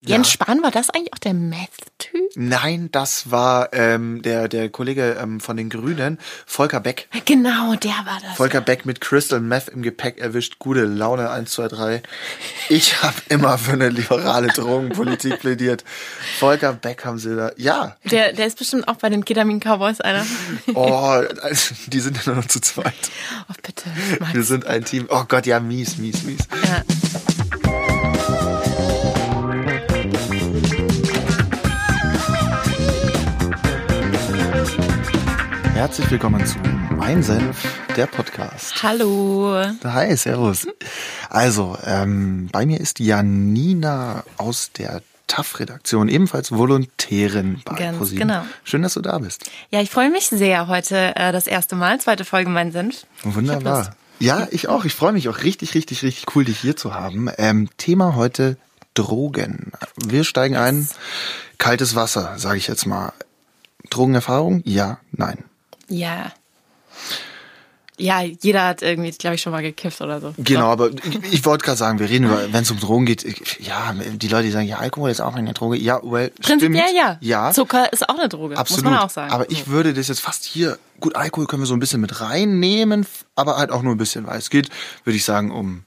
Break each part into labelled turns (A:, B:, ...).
A: Jens Spahn, war das eigentlich auch der Meth-Typ?
B: Nein, das war ähm, der, der Kollege ähm, von den Grünen, Volker Beck.
A: Genau, der war das.
B: Volker Beck mit Crystal Meth im Gepäck erwischt. Gute Laune, 1, 2, 3. Ich habe immer für eine liberale Drogenpolitik plädiert. Volker Beck haben sie da. Ja,
A: der, der ist bestimmt auch bei den Ketamin-Cowboys einer.
B: oh, also, die sind ja nur noch zu zweit.
A: Oh, bitte.
B: Wir
A: Max.
B: sind ein Team. Oh Gott, ja, mies, mies, mies.
A: Ja.
B: Herzlich willkommen zu Mein Senf, der Podcast.
A: Hallo.
B: Hi, servus.
A: Mhm.
B: Also, ähm, bei mir ist Janina aus der TAF-Redaktion, ebenfalls Volontärin bei
A: Ganz
B: ProSieben.
A: genau.
B: Schön, dass du da bist.
A: Ja, ich freue mich sehr heute, äh, das erste Mal, zweite Folge Mein Senf. Ich hab Lust.
B: Wunderbar. Ja, ich auch. Ich freue mich auch richtig, richtig, richtig cool, dich hier zu haben. Ähm, Thema heute Drogen. Wir steigen ein. Kaltes Wasser, sage ich jetzt mal. Drogenerfahrung? Ja, nein.
A: Ja. Ja, jeder hat irgendwie, glaube ich, schon mal gekifft oder so.
B: Genau, aber ich, ich wollte gerade sagen, wir reden über, wenn es um Drogen geht, ich- ja, die Leute, die sagen, ja, Alkohol ist auch eine Droge. Ja, well,
A: Prinzipiell
B: stimmt.
A: ja.
B: Ja,
A: Zucker ist auch eine Droge,
B: absolut.
A: muss man auch sagen. Hm.
B: Aber ich würde das jetzt fast hier, gut, Alkohol können wir so ein bisschen mit reinnehmen, f- aber halt auch nur ein bisschen, weil es geht, würde ich sagen, um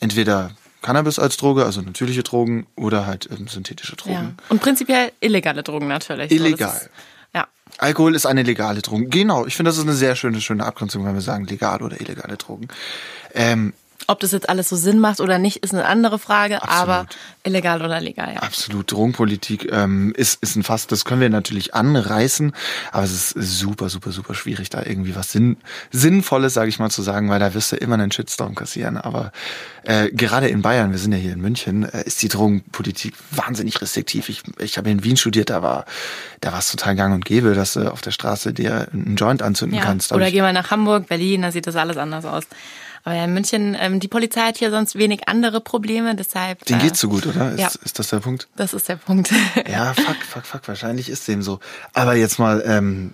B: entweder Cannabis als Droge, also natürliche Drogen, oder halt ähm, synthetische Drogen.
A: ja. Und prinzipiell illegale Drogen natürlich. So, das
B: Illegal.
A: Ist, ja.
B: Alkohol ist eine legale Droge. Genau, ich finde, das ist eine sehr schöne, schöne Abgrenzung, wenn wir sagen, legal oder illegale Drogen. Ähm,
A: Ob das jetzt alles so Sinn macht oder nicht, ist eine andere Frage, aber illegal oder legal, ja.
B: Absolut. Drogenpolitik ähm, ist, ist ein Fass, das können wir natürlich anreißen, aber es ist super, super, super schwierig, da irgendwie was Sinn, Sinnvolles, sage ich mal, zu sagen, weil da wirst du immer einen Shitstorm kassieren. Aber äh, gerade in Bayern, wir sind ja hier in München, äh, ist die Drogenpolitik wahnsinnig restriktiv. Ich, ich habe in Wien studiert, da war da war es total gang und gäbe, dass du auf der Straße dir einen Joint anzünden
A: ja.
B: kannst. Da hab
A: Oder
B: ich-
A: geh mal nach Hamburg, Berlin, da sieht das alles anders aus. Aber ja, in München, ähm, die Polizei hat hier sonst wenig andere Probleme, deshalb.
B: Den
A: äh,
B: geht's so gut, oder? Ist,
A: Ja.
B: ist das der Punkt?
A: Das ist der Punkt.
B: Ja, fuck, fuck, fuck, wahrscheinlich ist dem so. Aber jetzt mal ähm,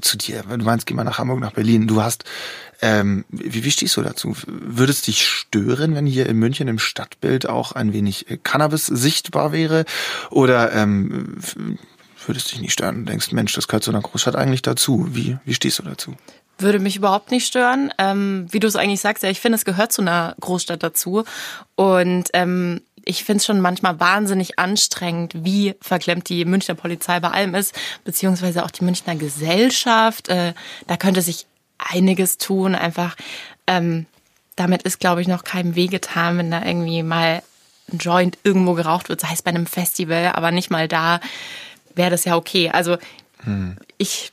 B: zu dir. Du meinst, geh mal nach Hamburg, nach Berlin. Du hast, ähm, wie, wie stehst du dazu? Würde es dich stören, wenn hier in München im Stadtbild auch ein wenig äh, Cannabis sichtbar wäre? Oder ähm, f- würdest dich nicht stören und denkst, Mensch, das gehört zu einer Großstadt eigentlich dazu? Wie, wie stehst du dazu?
A: Würde mich überhaupt nicht stören. Ähm, wie du es eigentlich sagst, ja, ich finde, es gehört zu einer Großstadt dazu. Und ähm, ich finde es schon manchmal wahnsinnig anstrengend, wie verklemmt die Münchner Polizei bei allem ist, beziehungsweise auch die Münchner Gesellschaft. Äh, da könnte sich einiges tun. Einfach, ähm, damit ist, glaube ich, noch keinem weh getan, wenn da irgendwie mal ein Joint irgendwo geraucht wird, sei es bei einem Festival, aber nicht mal da, wäre das ja okay. Also ich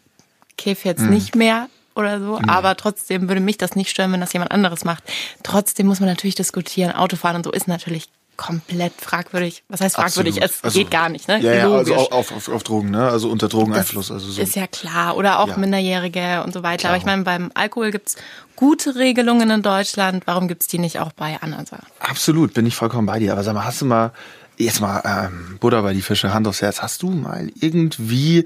A: kiffe jetzt
B: Hm.
A: nicht mehr oder so, aber trotzdem würde mich das nicht stören, wenn das jemand anderes macht. Trotzdem muss man natürlich diskutieren. Autofahren und so ist natürlich komplett fragwürdig. Was heißt fragwürdig?
B: Absolut.
A: Es
B: Also-
A: geht gar nicht, ne?
B: Ja, ja also
A: Logisch.
B: au- auf, auf, auf Drogen, ne? Also unter Drogeneinfluss.
A: Das
B: Also so.
A: Ist ja klar. Oder auch
B: Ja.
A: Minderjährige und so weiter.
B: Klar.
A: Aber ich meine, beim Alkohol gibt's gute Regelungen in Deutschland. Warum gibt's die nicht auch bei anderen Sachen?
B: Absolut, bin ich vollkommen bei dir. Aber sag mal, hast du mal, jetzt mal ähm, Buddha bei die Fische, Hand aufs Herz, hast du mal irgendwie,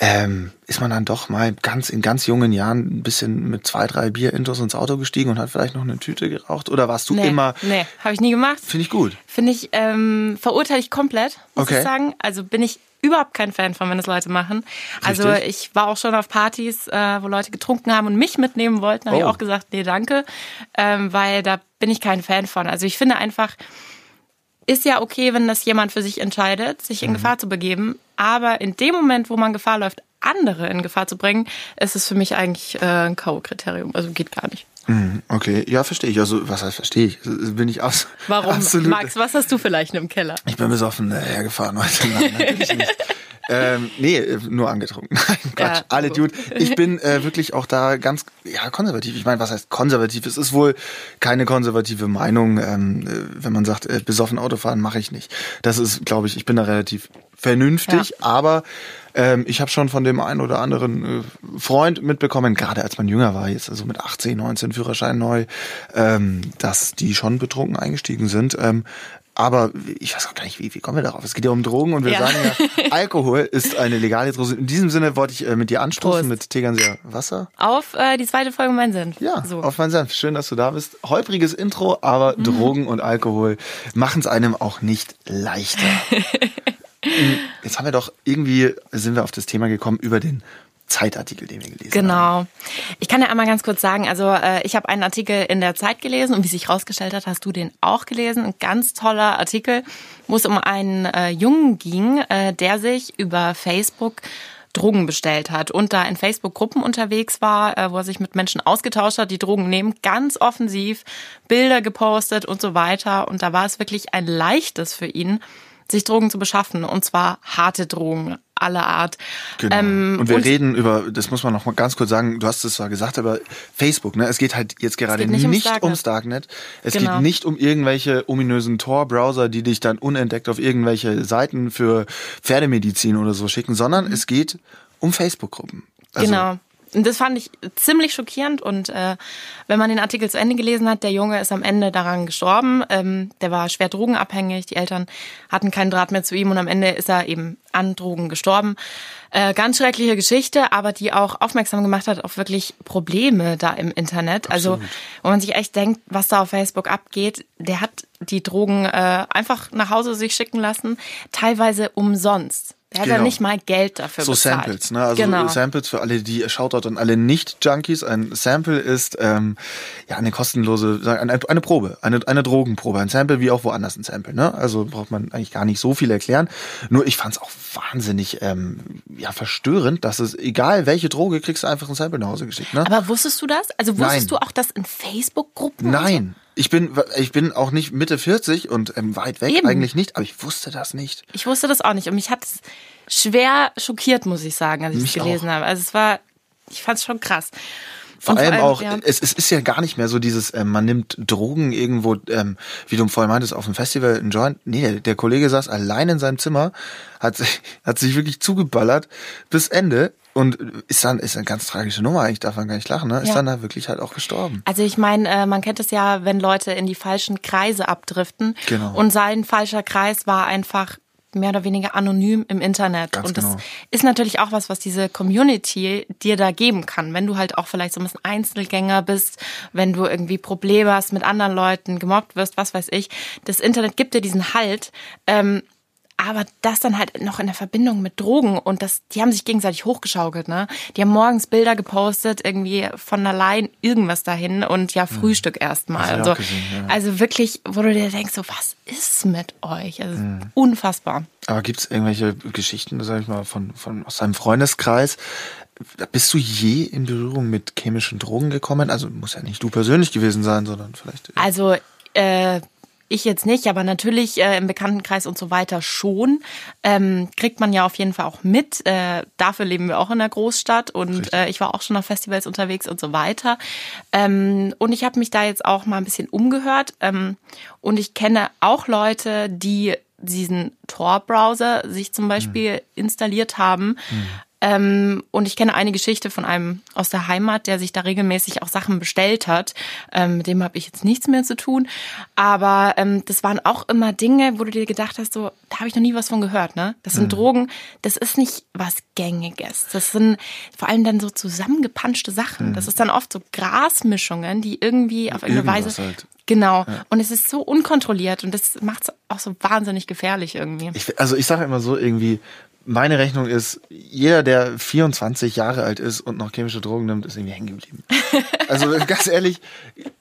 B: ähm, ist man dann doch mal ganz in ganz jungen Jahren ein bisschen mit zwei, drei Bier intus ins Auto gestiegen und hat vielleicht noch eine Tüte geraucht? Oder warst du
A: Nee,
B: immer,
A: nee, habe ich nie gemacht.
B: finde ich gut.
A: Finde ich, ähm, verurteile ich komplett, muss
B: Okay.
A: ich sagen. Also bin ich überhaupt kein Fan von, wenn das Leute machen. Also
B: Richtig.
A: ich war auch schon auf Partys, äh, wo Leute getrunken haben und mich mitnehmen wollten, habe ich
B: Oh.
A: auch gesagt, nee, danke, ähm, weil da bin ich kein Fan von. Also ich finde einfach, ist ja okay, wenn das jemand für sich entscheidet, sich in
B: Mhm.
A: Gefahr zu begeben, aber in dem Moment, wo man Gefahr läuft, andere in Gefahr zu bringen, ist es für mich eigentlich äh, ein K.O.-Kriterium. Also geht gar nicht.
B: Mhm, Okay, ja, verstehe ich. Also, was heißt verstehe ich? Also, Bin ich abs
A: Warum,
B: absolut.
A: Max, was hast du vielleicht im Keller?
B: Ich bin besoffen äh, hergefahren heute. Nein, natürlich nicht. ähm, nee, äh, nur angetrunken. Nein, Quatsch.
A: Ja,
B: Alle
A: gut.
B: Dude. Ich bin äh, wirklich auch da ganz ja, konservativ. Ich meine, was heißt konservativ? Es ist wohl keine konservative Meinung, ähm, äh, wenn man sagt, äh, besoffen Autofahren mache ich nicht. Das ist, glaube ich, ich bin da relativ vernünftig, aber ähm, ich habe schon von dem einen oder anderen äh, Freund mitbekommen, gerade als man jünger war, jetzt also mit 18, 19 Führerschein neu, ähm, dass die schon betrunken eingestiegen sind. Ähm, Aber ich weiß auch gar nicht, wie, wie kommen wir darauf? Es geht ja um Drogen und wir
A: Ja.
B: sagen ja, Alkohol ist eine legale Droge. In diesem Sinne wollte ich äh, mit dir anstoßen,
A: Prost.
B: mit Tegernseer Wasser.
A: Auf äh, die zweite Folge Mein Senf.
B: Ja,
A: So. Mhm.
B: auf meinen Senf. Schön, dass du da bist. Holpriges Intro, aber Drogen und Alkohol machen es einem auch nicht leichter. Ähm, Jetzt haben wir doch irgendwie, sind wir auf das Thema gekommen über den Zeitartikel, den wir gelesen
A: Genau.
B: haben.
A: Ich kann ja einmal ganz kurz sagen, also äh, ich habe einen Artikel in der Zeit gelesen und wie sich herausgestellt hat, hast du den auch gelesen. Ein ganz toller Artikel, wo es um einen äh, Jungen ging, äh, der sich über Facebook Drogen bestellt hat und da in Facebook-Gruppen unterwegs war, äh, wo er sich mit Menschen ausgetauscht hat, die Drogen nehmen, ganz offensiv Bilder gepostet und so weiter. Und da war es wirklich ein leichtes für ihn, sich Drogen zu beschaffen und zwar harte Drogen aller Art.
B: Genau.
A: Ähm,
B: und wir reden über, das muss man noch mal ganz kurz sagen, du hast es zwar gesagt, aber Facebook, ne? Es geht halt jetzt gerade
A: geht
B: nicht,
A: nicht ums Darknet.
B: ums Darknet. Es
A: Genau.
B: geht nicht um irgendwelche ominösen Tor-Browser, die dich dann unentdeckt auf irgendwelche Seiten für Pferdemedizin oder so schicken, sondern es geht um Facebook-Gruppen. Also,
A: Mhm. Genau. Und das fand ich ziemlich schockierend. Und äh, wenn man den Artikel zu Ende gelesen hat, der Junge ist am Ende daran gestorben. Ähm, der war schwer drogenabhängig. Die Eltern hatten keinen Draht mehr zu ihm. Und am Ende ist er eben an Drogen gestorben. Äh, ganz schreckliche Geschichte, aber die auch aufmerksam gemacht hat auf wirklich Probleme da im Internet. Also wo man sich echt denkt, was da auf Facebook abgeht. Der hat die Drogen äh, einfach nach Hause sich schicken lassen, teilweise umsonst. Der hat
B: Genau.
A: ja nicht mal Geld dafür
B: So
A: bezahlt.
B: Samples, ne? Also
A: genau.
B: Samples für alle, die Shoutout an alle Nicht-Junkies. Ein Sample ist ähm, ja eine kostenlose, sagen- eine, eine Probe, eine, eine Drogenprobe. Ein Sample wie auch woanders ein Sample, ne? Also braucht man eigentlich gar nicht so viel erklären. Nur ich fand es auch wahnsinnig ähm, ja, verstörend, dass es, egal welche Droge, kriegst du einfach ein Sample nach Hause geschickt, ne?
A: Aber wusstest du das? Also wusstest
B: Nein.
A: du auch das in Facebook-Gruppen? und
B: Nein. Ich bin, ich bin auch nicht Mitte 40 und ähm, weit weg
A: Eben.
B: eigentlich nicht, aber ich wusste das nicht.
A: So? Ich wusste das auch nicht und mich hat es schwer schockiert, muss ich sagen, als ich es
B: Mich
A: gelesen habe. Also es war, ich fand es schon krass.
B: Vor
A: Und
B: allem auch, äh,
A: ja.
B: es, es ist ja gar nicht mehr so dieses, ähm, man nimmt Drogen irgendwo, ähm, wie du vorhin meintest, auf dem Festival, ein Joint. Nee, der, der Kollege saß allein in seinem Zimmer, hat, sich- hat sich wirklich zugeballert bis Ende und ist dann, ist eine ganz tragische Nummer, eigentlich darf man gar nicht lachen, ne? Ist
A: Ja.
B: dann da wirklich halt auch gestorben.
A: Also ich meine, äh, man kennt es ja, wenn Leute in die falschen Kreise abdriften.
B: Genau.
A: Und sein falscher Kreis war einfach mehr oder weniger anonym im Internet.
B: Ganz
A: und das
B: genau.
A: ist natürlich auch was, was diese Community dir da geben kann, wenn du halt auch vielleicht so ein bisschen Einzelgänger bist, wenn du irgendwie Probleme hast mit anderen Leuten, gemobbt wirst, was weiß ich. Das Internet gibt dir diesen Halt. Ähm, aber das dann halt noch in der Verbindung mit Drogen und das, die haben sich gegenseitig hochgeschaukelt, ne? Die haben morgens Bilder gepostet, irgendwie von allein irgendwas dahin und ja, Frühstück erstmal.
B: Hab ich auch
A: Also,
B: gesehen, Hm. ja.
A: also wirklich, wo du dir denkst, so, was ist mit euch? Also,
B: Hm.
A: unfassbar.
B: Aber gibt's irgendwelche Geschichten, sag ich mal, von, von aus seinem Freundeskreis? Bist du je in Berührung mit chemischen Drogen gekommen? Also muss ja nicht du persönlich gewesen sein, sondern vielleicht.
A: Also äh, ich jetzt nicht, aber natürlich äh, im Bekanntenkreis und so weiter schon. Ähm, kriegt man ja auf jeden Fall auch mit. Äh, dafür leben wir auch in der Großstadt und äh, ich war auch schon auf Festivals unterwegs und so weiter. Ähm, und ich habe mich da jetzt auch mal ein bisschen umgehört. Ähm, und ich kenne auch Leute, die diesen Tor-Browser sich zum Beispiel installiert haben. Ähm, und ich kenne eine Geschichte von einem aus der Heimat, der sich da regelmäßig auch Sachen bestellt hat. Ähm, mit dem habe ich jetzt nichts mehr zu tun. Aber ähm, das waren auch immer Dinge, wo du dir gedacht hast, so, da habe ich noch nie was von gehört. Ne? Das
B: Mhm.
A: sind Drogen, das ist nicht was Gängiges. Das sind vor allem dann so zusammengepanschte Sachen.
B: Mhm.
A: Das ist dann oft so Grasmischungen, die irgendwie auf irgendeine
B: Irgendwas
A: Weise...
B: halt.
A: Genau. Und es ist so unkontrolliert und das macht es auch so wahnsinnig gefährlich irgendwie.
B: Ich, also ich sage immer so irgendwie, meine Rechnung ist, jeder, der 24 Jahre alt ist und noch chemische Drogen nimmt, ist irgendwie hängen geblieben. Also ganz ehrlich,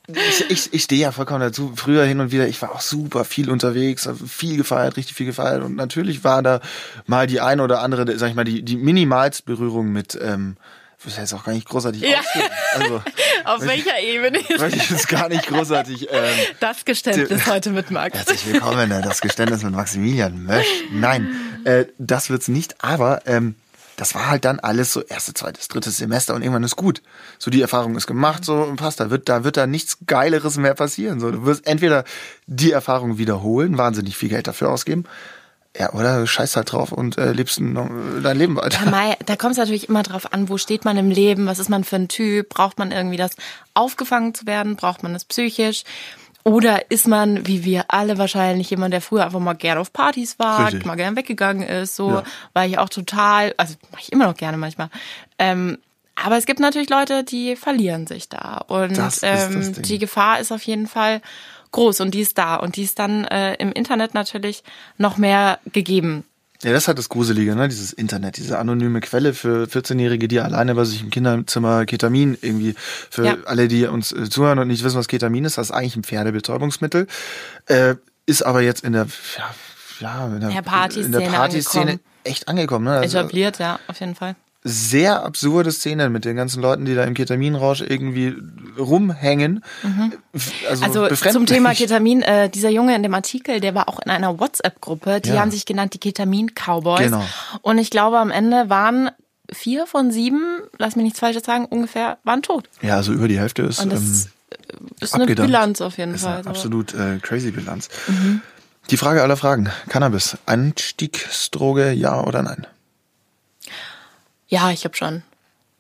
B: ich, ich, ich stehe ja vollkommen dazu. Früher hin und wieder, ich war auch super viel unterwegs, hab viel gefeiert, richtig viel gefeiert. Und natürlich war da mal die eine oder andere, sag ich mal, die, die minimalste Berührung mit, ähm, ich muss ja jetzt auch gar nicht großartig ja. ausführen. Also,
A: Auf welcher Ebene
B: möchte ich jetzt gar nicht großartig... Ähm,
A: das Geständnis heute mit Max?
B: Herzlich willkommen, äh, das Geständnis mit Maximilian Mösch. Nein, äh, das wird's nicht, aber ähm, das war halt dann alles so erste, zweites, drittes Semester und irgendwann ist gut. So die Erfahrung ist gemacht, so und passt, da wird da wird da nichts geileres mehr passieren, so du wirst entweder die Erfahrung wiederholen, wahnsinnig viel Geld dafür ausgeben, ja, oder scheiß halt drauf und äh, lebst ein- dein Leben weiter.
A: Ja, Mai, da kommt es natürlich immer drauf an, wo steht man im Leben, was ist man für ein Typ, braucht man irgendwie das, aufgefangen zu werden, braucht man das psychisch. Oder ist man, wie wir alle wahrscheinlich, jemand, der früher einfach mal gerne auf Partys war,
B: Richtig.
A: mal gerne weggegangen ist, so
B: Ja.
A: war ich auch total, also mache ich immer noch gerne manchmal. Ähm, aber es gibt natürlich Leute, die verlieren sich da. Und
B: Das ist das
A: ähm,
B: Ding.
A: die Gefahr ist auf jeden Fall groß und die ist da. Und die ist dann äh, im Internet natürlich noch mehr gegeben.
B: Ja, das ist halt das Gruselige, ne? Dieses Internet, diese anonyme Quelle für 14-Jährige, die alleine bei sich im Kinderzimmer Ketamin irgendwie, für
A: Ja.
B: alle, die uns äh, zuhören und nicht wissen, was Ketamin ist, das ist eigentlich ein Pferdebetäubungsmittel, äh, ist aber jetzt in der, ja, ja in der,
A: Der Partyszene
B: in der Partyszene
A: angekommen.
B: echt angekommen, ne? Also,
A: Etabliert, ja, auf jeden Fall.
B: sehr absurde Szenen mit den ganzen Leuten, die da im Ketaminrausch irgendwie rumhängen. Also,
A: Mhm. Also zum
B: befremdlich.
A: Thema Ketamin, äh, dieser Junge in dem Artikel, der war auch in einer WhatsApp-Gruppe, die
B: Ja.
A: haben sich genannt die Ketamin-Cowboys.
B: Genau.
A: Und ich glaube, am Ende waren vier von sieben, lass mich nichts Falsches sagen, ungefähr waren tot.
B: Ja, also über die Hälfte ist,
A: Und das äh,
B: ähm,
A: ist eine
B: abgedampft.
A: Bilanz auf jeden
B: ist
A: Fall. Also,
B: eine
A: so. Mhm.
B: absolut äh, crazy Bilanz. Die Frage aller Fragen. Cannabis. Anstiegsdroge, ja oder nein?
A: Ja, ich glaube schon.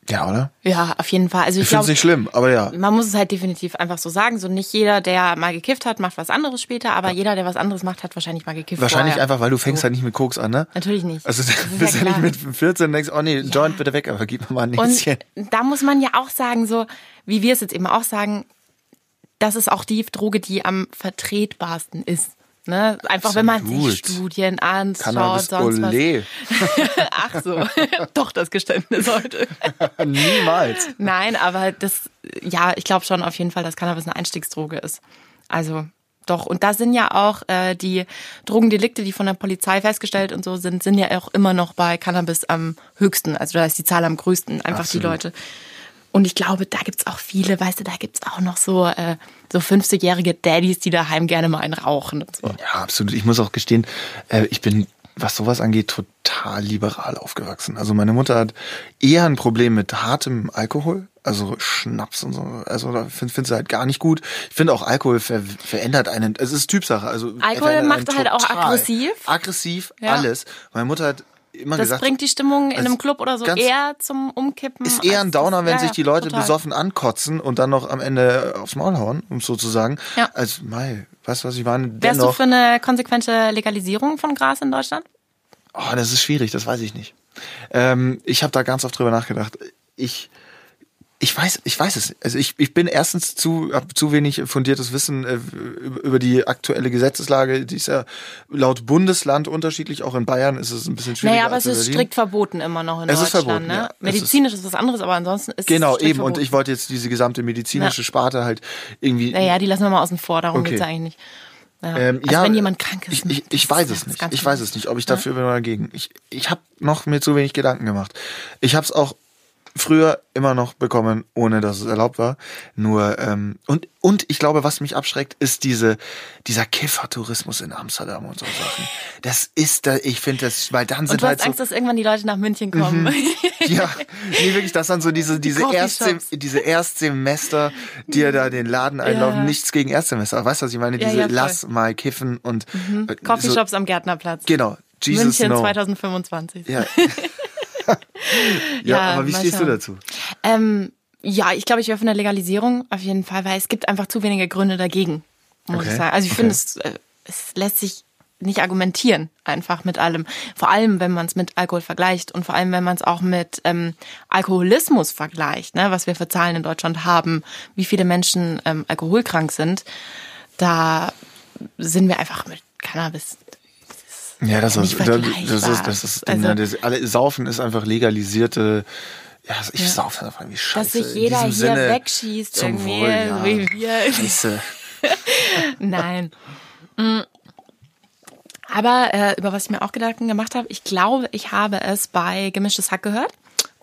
B: Ja, oder?
A: Ja, auf jeden Fall. Also ich,
B: Ich finde es
A: glaube,
B: nicht schlimm, aber ja.
A: man muss es halt definitiv einfach so sagen. So nicht jeder, der mal gekifft hat, macht was anderes später, aber jeder, der was anderes macht, hat wahrscheinlich mal gekifft.
B: Wahrscheinlich
A: vorher.
B: einfach, weil du fängst halt nicht mit Koks an, ne?
A: Natürlich nicht.
B: Also
A: Das ist ja
B: bist ja nicht
A: klar.
B: mit 14 denkst, oh nee, Joint bitte weg, aber gib mir mal ein
A: Und
B: Näschen.
A: da muss man ja auch sagen, so wie wir es jetzt eben auch sagen, das ist auch die Droge, die am vertretbarsten ist. Ne? Einfach wenn man
B: Absolut.
A: sich Studien anschaut,
B: Cannabis,
A: sonst
B: ole.
A: was. Ach so, doch das Geständnis heute.
B: Niemals.
A: Nein, aber das, ja, ich glaube schon auf jeden Fall, dass Cannabis eine Einstiegsdroge ist. Also doch, und da sind ja auch äh, die Drogendelikte, die von der Polizei festgestellt und so sind, sind ja auch immer noch bei Cannabis am höchsten. Also da ist die Zahl am größten, einfach die
B: Absolut.
A: Leute. Und ich glaube, da gibt's auch viele, weißt du, da gibt's auch noch so, äh, so 50-jährige Daddys, die daheim gerne mal einen rauchen und so.
B: Ja, absolut. Ich muss auch gestehen, äh, ich bin, was sowas angeht, total liberal aufgewachsen. Also meine Mutter hat eher ein Problem mit hartem Alkohol. Also Schnaps und so, also da find, find sie halt gar nicht gut. Ich finde auch Alkohol ver verändert einen, es ist Typsache. Also
A: Alkohol
B: verändert
A: macht
B: einen
A: halt auch
B: total.
A: aggressiv.
B: Aggressiv,
A: Ja.
B: alles. Meine Mutter hat immer
A: Das
B: gesagt,
A: bringt die Stimmung in
B: also
A: einem Club oder so
B: ganz-
A: eher zum Umkippen.
B: ist eher
A: als
B: ein
A: das-
B: Downer, wenn
A: Ja,
B: sich
A: ja,
B: die Leute
A: total.
B: besoffen ankotzen und dann noch am Ende aufs Maul hauen, um sozusagen.
A: Ja.
B: Also, mei, weißt du, was ich meine?
A: Wärst du
B: Dennoch-
A: für eine konsequente Legalisierung von Gras in Deutschland?
B: Oh, das ist schwierig, das weiß ich nicht. Ähm, ich habe da ganz oft drüber nachgedacht. Ich, ich weiß, ich weiß es. Also ich, ich bin erstens zu, hab zu wenig fundiertes Wissen äh, über über die aktuelle Gesetzeslage. Die ist ja laut Bundesland unterschiedlich. Auch in Bayern ist es ein bisschen schwieriger.
A: Naja, aber
B: als
A: es
B: in
A: ist
B: Berlin.
A: strikt verboten immer noch in
B: Es ist
A: Deutschland.
B: verboten,
A: ne?
B: ja. Es
A: Medizinisch ist was anderes, aber ansonsten ist
B: Genau,
A: es strikt
B: eben. Und
A: verboten.
B: ich wollte jetzt diese gesamte medizinische
A: Ja.
B: Sparte halt irgendwie.
A: Naja, die lassen wir mal außen vor, darum
B: Okay.
A: geht's ja eigentlich nicht. Ja.
B: Ähm,
A: also
B: ja,
A: wenn jemand krank ist.
B: Ich,
A: ne?
B: ich,
A: Das
B: ich
A: ist
B: weiß es
A: ganz,
B: nicht.
A: ganz
B: Ich weiß
A: schlimm.
B: es nicht, ob ich dafür bin oder dagegen. Ich, ich habe noch mir zu wenig Gedanken gemacht. Ich habe es auch früher immer noch bekommen, ohne dass es erlaubt war. Nur ähm, und und ich glaube, was mich abschreckt, ist diese dieser Kiffertourismus in Amsterdam und so Sachen. Das ist da. Ich finde das, weil dann
A: Und
B: sind
A: du
B: halt
A: hast
B: so Mhm.
A: Angst, dass irgendwann die Leute nach München kommen.
B: ja, nee, wirklich, das dann so diese, diese,
A: Coffee
B: Erstsem
A: Shops. Mhm.
B: diese Erstsemester, die ja da den Laden einlaufen,
A: Ja.
B: nichts gegen Erstsemester, aber weißt du, was ich meine?
A: Ja,
B: Diese
A: ja, voll. Mhm.
B: lass mal kiffen und äh, So,
A: Coffeeshops am Gärtnerplatz.
B: genau, Jesus
A: München
B: no.
A: 2025.
B: Ja. ja,
A: Ja,
B: aber wie
A: mal
B: stehst du
A: schauen.
B: dazu?
A: Ähm, ja, ich glaube, ich wäre für eine Legalisierung auf jeden Fall, weil es gibt einfach zu wenige Gründe dagegen, muss
B: Okay.
A: ich sagen. Also ich
B: Okay.
A: finde, es, äh, es lässt sich nicht argumentieren, einfach mit allem. Vor allem, wenn man es mit Alkohol vergleicht und vor allem, wenn man es auch mit ähm, Alkoholismus vergleicht, ne, was wir für Zahlen in Deutschland haben, wie viele Menschen ähm, alkoholkrank sind, da sind wir einfach mit Cannabis.
B: Ja, das
A: Nicht
B: ist, das das ist,
A: vergleichbar.
B: das ist, das Ding,
A: Also-
B: ne, das, alle, Saufen ist einfach legalisierte, ja, ich saufe einfach wie scheiße.
A: Dass sich
B: in
A: jeder hier
B: diesem Sinne,
A: wegschießt
B: zum
A: irgendwie,
B: Wohl, ja.
A: so wie wir.
B: Scheiße.
A: Nein. Mm. Aber äh, über was ich mir auch Gedanken gemacht habe, ich glaube, ich habe es bei Gemischtes Hack gehört.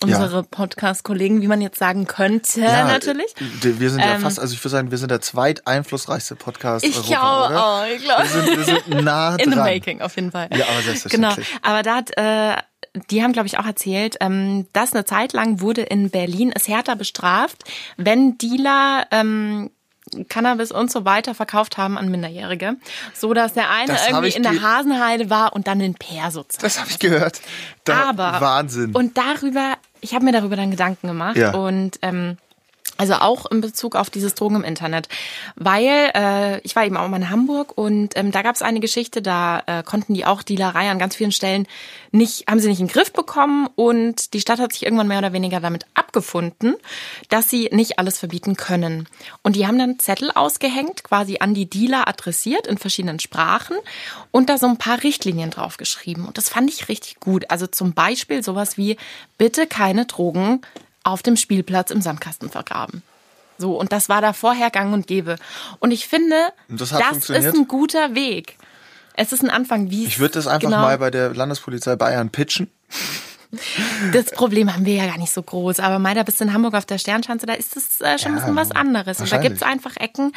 A: Unsere Podcast-Kollegen, wie man jetzt sagen könnte,
B: Ja, äh,
A: natürlich.
B: d- Wir sind ja
A: Ähm,
B: fast, also ich würde sagen, wir sind der zweiteinflussreichste Podcast
A: Ich
B: Europa,
A: glaube
B: oder?
A: auch, ich glaube.
B: Wir sind, wir sind nah dran.
A: In the making, auf jeden Fall.
B: Ja, aber selbstverständlich.
A: Genau. Aber da hat, äh, die haben, glaube ich, auch erzählt, ähm, dass eine Zeit lang wurde in Berlin es härter bestraft, wenn Dealer ähm, Cannabis und so weiter verkauft haben an Minderjährige. So dass der eine
B: Das hab
A: irgendwie
B: ich
A: in der
B: ge-
A: Hasenheide war und dann in Perso
B: Das habe ich gehört. Da,
A: aber
B: Wahnsinn.
A: Und darüber, ich habe mir darüber dann Gedanken gemacht
B: Ja.
A: und ähm, Also auch in Bezug auf dieses Drogen im Internet. Weil äh, ich war eben auch mal in Hamburg und ähm, da gab es eine Geschichte, da äh, konnten die auch Dealerei an ganz vielen Stellen nicht, haben sie nicht in den Griff bekommen und die Stadt hat sich irgendwann mehr oder weniger damit abgefunden, dass sie nicht alles verbieten können. Und die haben dann Zettel ausgehängt, quasi an die Dealer adressiert in verschiedenen Sprachen und da so ein paar Richtlinien draufgeschrieben. Und das fand ich richtig gut. Also zum Beispiel sowas wie, bitte keine Drogen auf dem Spielplatz im Sandkasten vergraben. So, und das war da vorher gang und gäbe. Und ich finde,
B: Und das
A: das,
B: hat
A: ist
B: funktioniert?
A: ein guter Weg. Es ist ein Anfang, wie es
B: Ich würde das einfach
A: genau,
B: mal bei der Landespolizei Bayern pitchen.
A: Das Problem haben wir ja gar nicht so groß, aber mal da bist du in Hamburg auf der Sternschanze, da ist es äh, schon ein
B: Ja,
A: bisschen was anderes. Und da
B: wahrscheinlich.
A: gibt es einfach Ecken,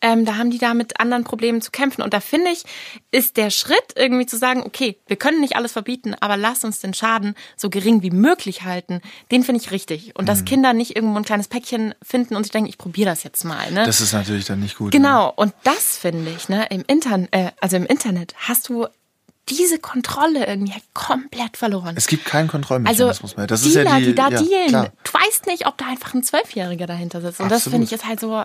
A: ähm, da haben die da mit anderen Problemen zu kämpfen. Und da finde ich, ist der Schritt irgendwie zu sagen, okay, wir können nicht alles verbieten, aber lass uns den Schaden so gering wie möglich halten, den finde ich richtig. Und dass
B: Mhm.
A: Kinder nicht irgendwo ein kleines Päckchen finden und sich denken, ich probiere das jetzt mal. Ne?
B: Das ist natürlich dann nicht gut. ne?
A: Genau, und das finde ich, ne, im Internet, äh, also im Internet hast du diese Kontrolle irgendwie halt komplett verloren.
B: Es gibt keinen
A: also
B: Kontrollmechanismus mehr. Das
A: Dealer,
B: ist ja die,
A: die, da
B: ja,
A: dealen,
B: Klar.
A: du weißt nicht, ob da einfach ein Zwölfjähriger dahinter sitzt. Und das
B: Absolut.
A: finde ich ist halt so.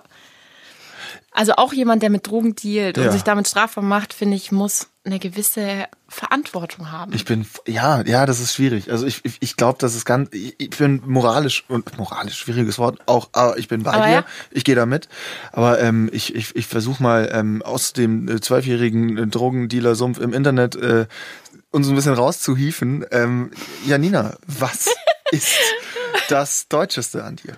A: Also auch jemand, der mit Drogen dealt und
B: Ja.
A: sich damit strafbar macht, finde ich, muss eine gewisse Verantwortung haben.
B: Ich bin, ja, ja, das ist schwierig. Also ich, ich, ich glaube, das ist ganz, ich, ich bin moralisch, und moralisch, schwieriges Wort, auch, aber ich bin bei
A: Aber
B: dir,
A: ja.
B: ich gehe da mit. Aber ähm, ich, ich, ich versuche mal ähm, aus dem äh, zwölfjährigen äh, Drogendealer-Sumpf im Internet äh, uns ein bisschen rauszuhieven. Ähm, Janina, was ist das Deutscheste an dir?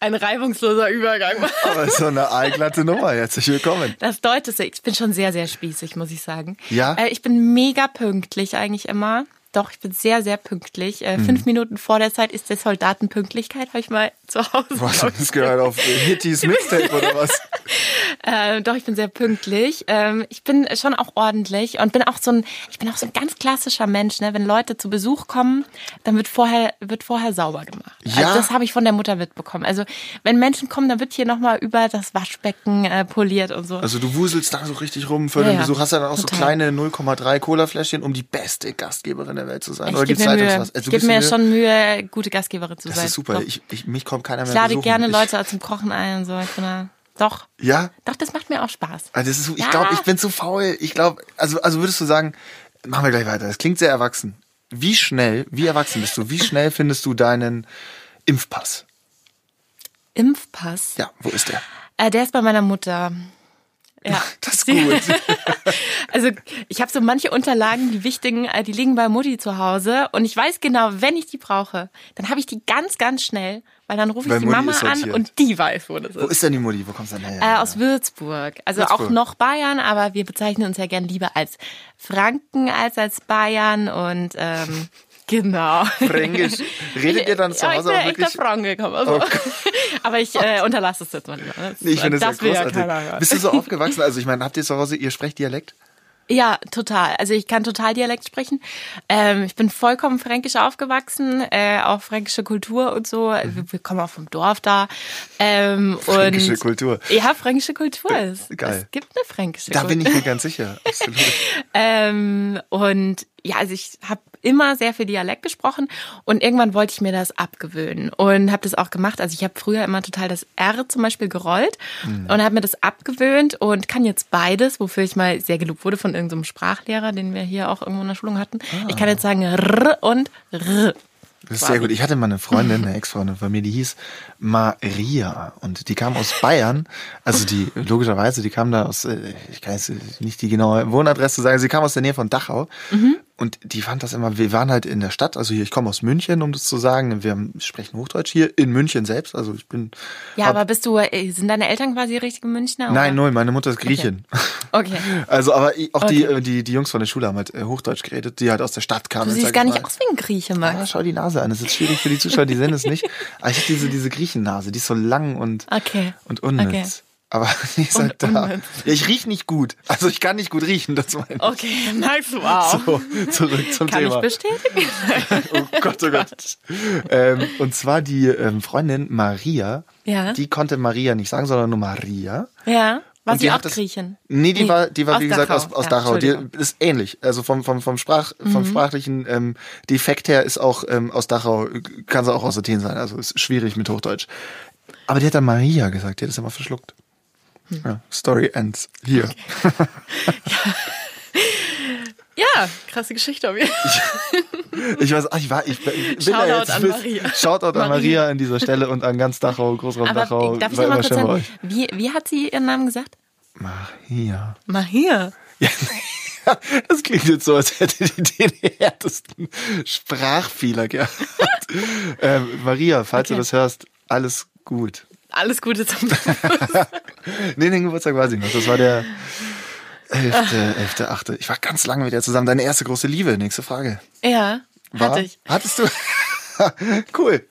A: Ein reibungsloser Übergang.
B: Aber so eine allglatte Nummer, herzlich willkommen.
A: Das Deutscheste, ich bin schon sehr, sehr spießig, muss ich sagen.
B: Ja?
A: Äh, ich bin mega pünktlich eigentlich immer. Doch, ich bin sehr, sehr pünktlich. Äh,
B: Mhm.
A: Fünf Minuten vor der Zeit ist der Soldatenpünktlichkeit, habe ich mal zu Hause.
B: Was
A: glaub ich.
B: das gehört auf Hitties Mixtape oder was?
A: Äh, doch, ich bin sehr pünktlich. Ähm, ich bin schon auch ordentlich und bin auch so ein, ich bin auch so ein ganz klassischer Mensch. Ne? Wenn Leute zu Besuch kommen, dann wird vorher, wird vorher sauber gemacht.
B: Ja.
A: Also das habe ich von der Mutter mitbekommen. Also wenn Menschen kommen, dann wird hier nochmal über das Waschbecken äh, poliert und so.
B: Also du wuselst da so richtig rum für
A: Ja,
B: den
A: ja.
B: Besuch, hast ja dann auch
A: Total.
B: so kleine 0,3 Cola-Fläschchen, um die beste Gastgeberin der Welt zu sein.
A: ich
B: Oder gibt's
A: gebe mir, Mühe.
B: Leitungswasser?
A: ich
B: also du
A: geb
B: gibst
A: mir schon Mühe, gute Gastgeberin zu sein.
B: Das ist super.
A: Doch.
B: Ich, ich, mich kommt keiner mehr
A: Ich lade
B: besuchen.
A: gerne
B: Ich-
A: Leute zum Kochen ein und so. Ich bin da, doch,
B: Ja,
A: doch, das macht mir auch Spaß.
B: also das ist, so- ich
A: Ja.
B: glaube, ich bin zu faul. Ich glaube, also, also würdest du sagen, machen wir gleich weiter. Das klingt sehr erwachsen. Wie schnell, wie erwachsen bist du? Wie schnell findest du deinen Impfpass?
A: Impfpass.
B: Ja, wo ist der?
A: Äh, der ist bei meiner Mutter. Ja.
B: Das ist gut.
A: Also ich habe so manche Unterlagen, die wichtigen, äh, die liegen bei Mutti zu Hause und ich weiß genau, wenn ich die brauche, dann habe ich die ganz, ganz schnell, weil dann rufe ich
B: Weil
A: die
B: Mutti
A: Mama
B: ist
A: an
B: sortiert.
A: und die weiß, wo das
B: wo
A: ist.
B: ist denn die Mutti? Wo kommst du denn her?
A: Äh, aus Würzburg. Also auch
B: Würzburg.
A: noch Bayern, aber wir bezeichnen uns ja gern lieber als Franken als als Bayern und ähm, genau.
B: Fränkisch. Redet ihr dann zu
A: ja,
B: Hause
A: ich
B: auch
A: bin echt der
B: wirklich?
A: Franke, komm, also. Aber ich äh, unterlasse es jetzt mal. lieber. Das,
B: Nee, ich finde das,
A: will ja
B: sehr
A: keiner
B: großartig.
A: hören.
B: Bist du so aufgewachsen? Also ich meine, habt ihr zu Hause, ihr sprecht Dialekt?
A: Ja, total. Also ich kann total Dialekt sprechen. Ähm, ich bin vollkommen fränkisch aufgewachsen, äh, auch fränkische Kultur und so. Wir, wir kommen auch vom Dorf da. Ähm,
B: Mhm. Fränkische
A: und
B: Kultur.
A: Ja, fränkische Kultur. Es,
B: Geil.
A: es gibt eine fränkische
B: Da
A: Kultur.
B: bin ich mir ganz sicher. Absolut.
A: Ähm, und ja, also ich habe immer sehr viel Dialekt gesprochen und irgendwann wollte ich mir das abgewöhnen und habe das auch gemacht. Also ich habe früher immer total das R zum Beispiel gerollt
B: Mhm.
A: und habe mir das abgewöhnt und kann jetzt beides, wofür ich mal sehr gelobt wurde von irgendeinem Sprachlehrer, den wir hier auch irgendwo in der Schulung hatten. Ich
B: Ah.
A: kann jetzt sagen R und R.
B: Das ist sehr gut. Ich hatte mal eine Freundin, eine Ex-Freundin von mir, die hieß Maria und die kam aus Bayern. Also die, logischerweise, die kam da aus, äh, ich kann jetzt nicht die genaue Wohnadresse sagen, sie kam aus der Nähe von Dachau.
A: Mhm.
B: Und die fand das immer, wir waren halt in der Stadt, also hier, ich komme aus München, um das zu sagen, wir haben- sprechen Hochdeutsch hier in München selbst, also ich bin...
A: Ja,
B: hab-
A: aber bist du, äh, sind deine Eltern quasi richtige Münchner?
B: Nein, null, meine Mutter ist Griechin.
A: oder? Okay.
B: Also, aber i- auch die,
A: Okay.
B: äh, die, die Jungs von der Schule haben halt äh, Hochdeutsch geredet, die halt aus der Stadt kamen.
A: Du
B: sag
A: siehst
B: ich
A: gar nicht
B: mal.
A: aus wie ein Grieche,
B: Ah,
A: Max.
B: schau die Nase an. Das ist schwierig für die Zuschauer, die sehen es nicht. Aber ich hab diese, diese Griechennase, die ist so lang und,
A: Okay.
B: und unnütz.
A: Okay.
B: Aber die ist halt da.
A: unnütz.
B: Ja, ich riech nicht gut. Also ich kann nicht gut riechen, das meine ich.
A: Okay, Max, wow.
B: So, zurück zum
A: Oh. Kann ich
B: Ah. Thema.
A: bestätigen?
B: oh Gott, oh Gott. ähm, und zwar die ähm, Freundin Maria,
A: Ja.
B: die konnte Maria nicht sagen, sondern nur Maria.
A: Ja. War
B: Und
A: sie
B: die
A: auch
B: hat das-
A: Griechin?
B: Nee, die
A: Nee,
B: war, die war
A: aus
B: wie gesagt
A: Dachau.
B: aus, aus
A: Ja,
B: Dachau. Die
A: Entschuldigung. Mhm.
B: ist ähnlich. Also vom, vom, vom, Sprach, vom sprachlichen ähm, Defekt her ist auch ähm, aus Dachau, äh, kann sie auch aus Athen sein. Also ist schwierig mit Hochdeutsch. Aber die hat dann Maria gesagt, die hat das immer verschluckt.
A: Hm.
B: Ja, Story ends hier.
A: Ja, krasse Geschichte auf jeden Fall.
B: Ich weiß, ach, ich war, ich, bin- ich bin da
A: Shoutout
B: jetzt.
A: an Maria.
B: Shoutout an
A: Maria.
B: Maria an dieser Stelle und an ganz Dachau, Großraum Dachau.
A: Aber darf ich
B: war
A: noch mal
B: immer
A: kurz
B: schön bei
A: sagen,
B: euch.
A: wie, wie hat sie ihren Namen gesagt?
B: Maria.
A: Mahir.
B: Ja, das klingt jetzt so, als hätte die den härtesten Sprachfehler gehabt. ähm, Maria, falls
A: Okay.
B: du das hörst, alles gut.
A: Alles Gute zum
B: Nee, den Geburtstag weiß ich noch. Das war der 11., 11., 8. Ich war ganz lange mit dir zusammen. Deine erste große Liebe, nächste Frage.
A: Ja,
B: War,
A: hatte ich.
B: Hattest du? cool.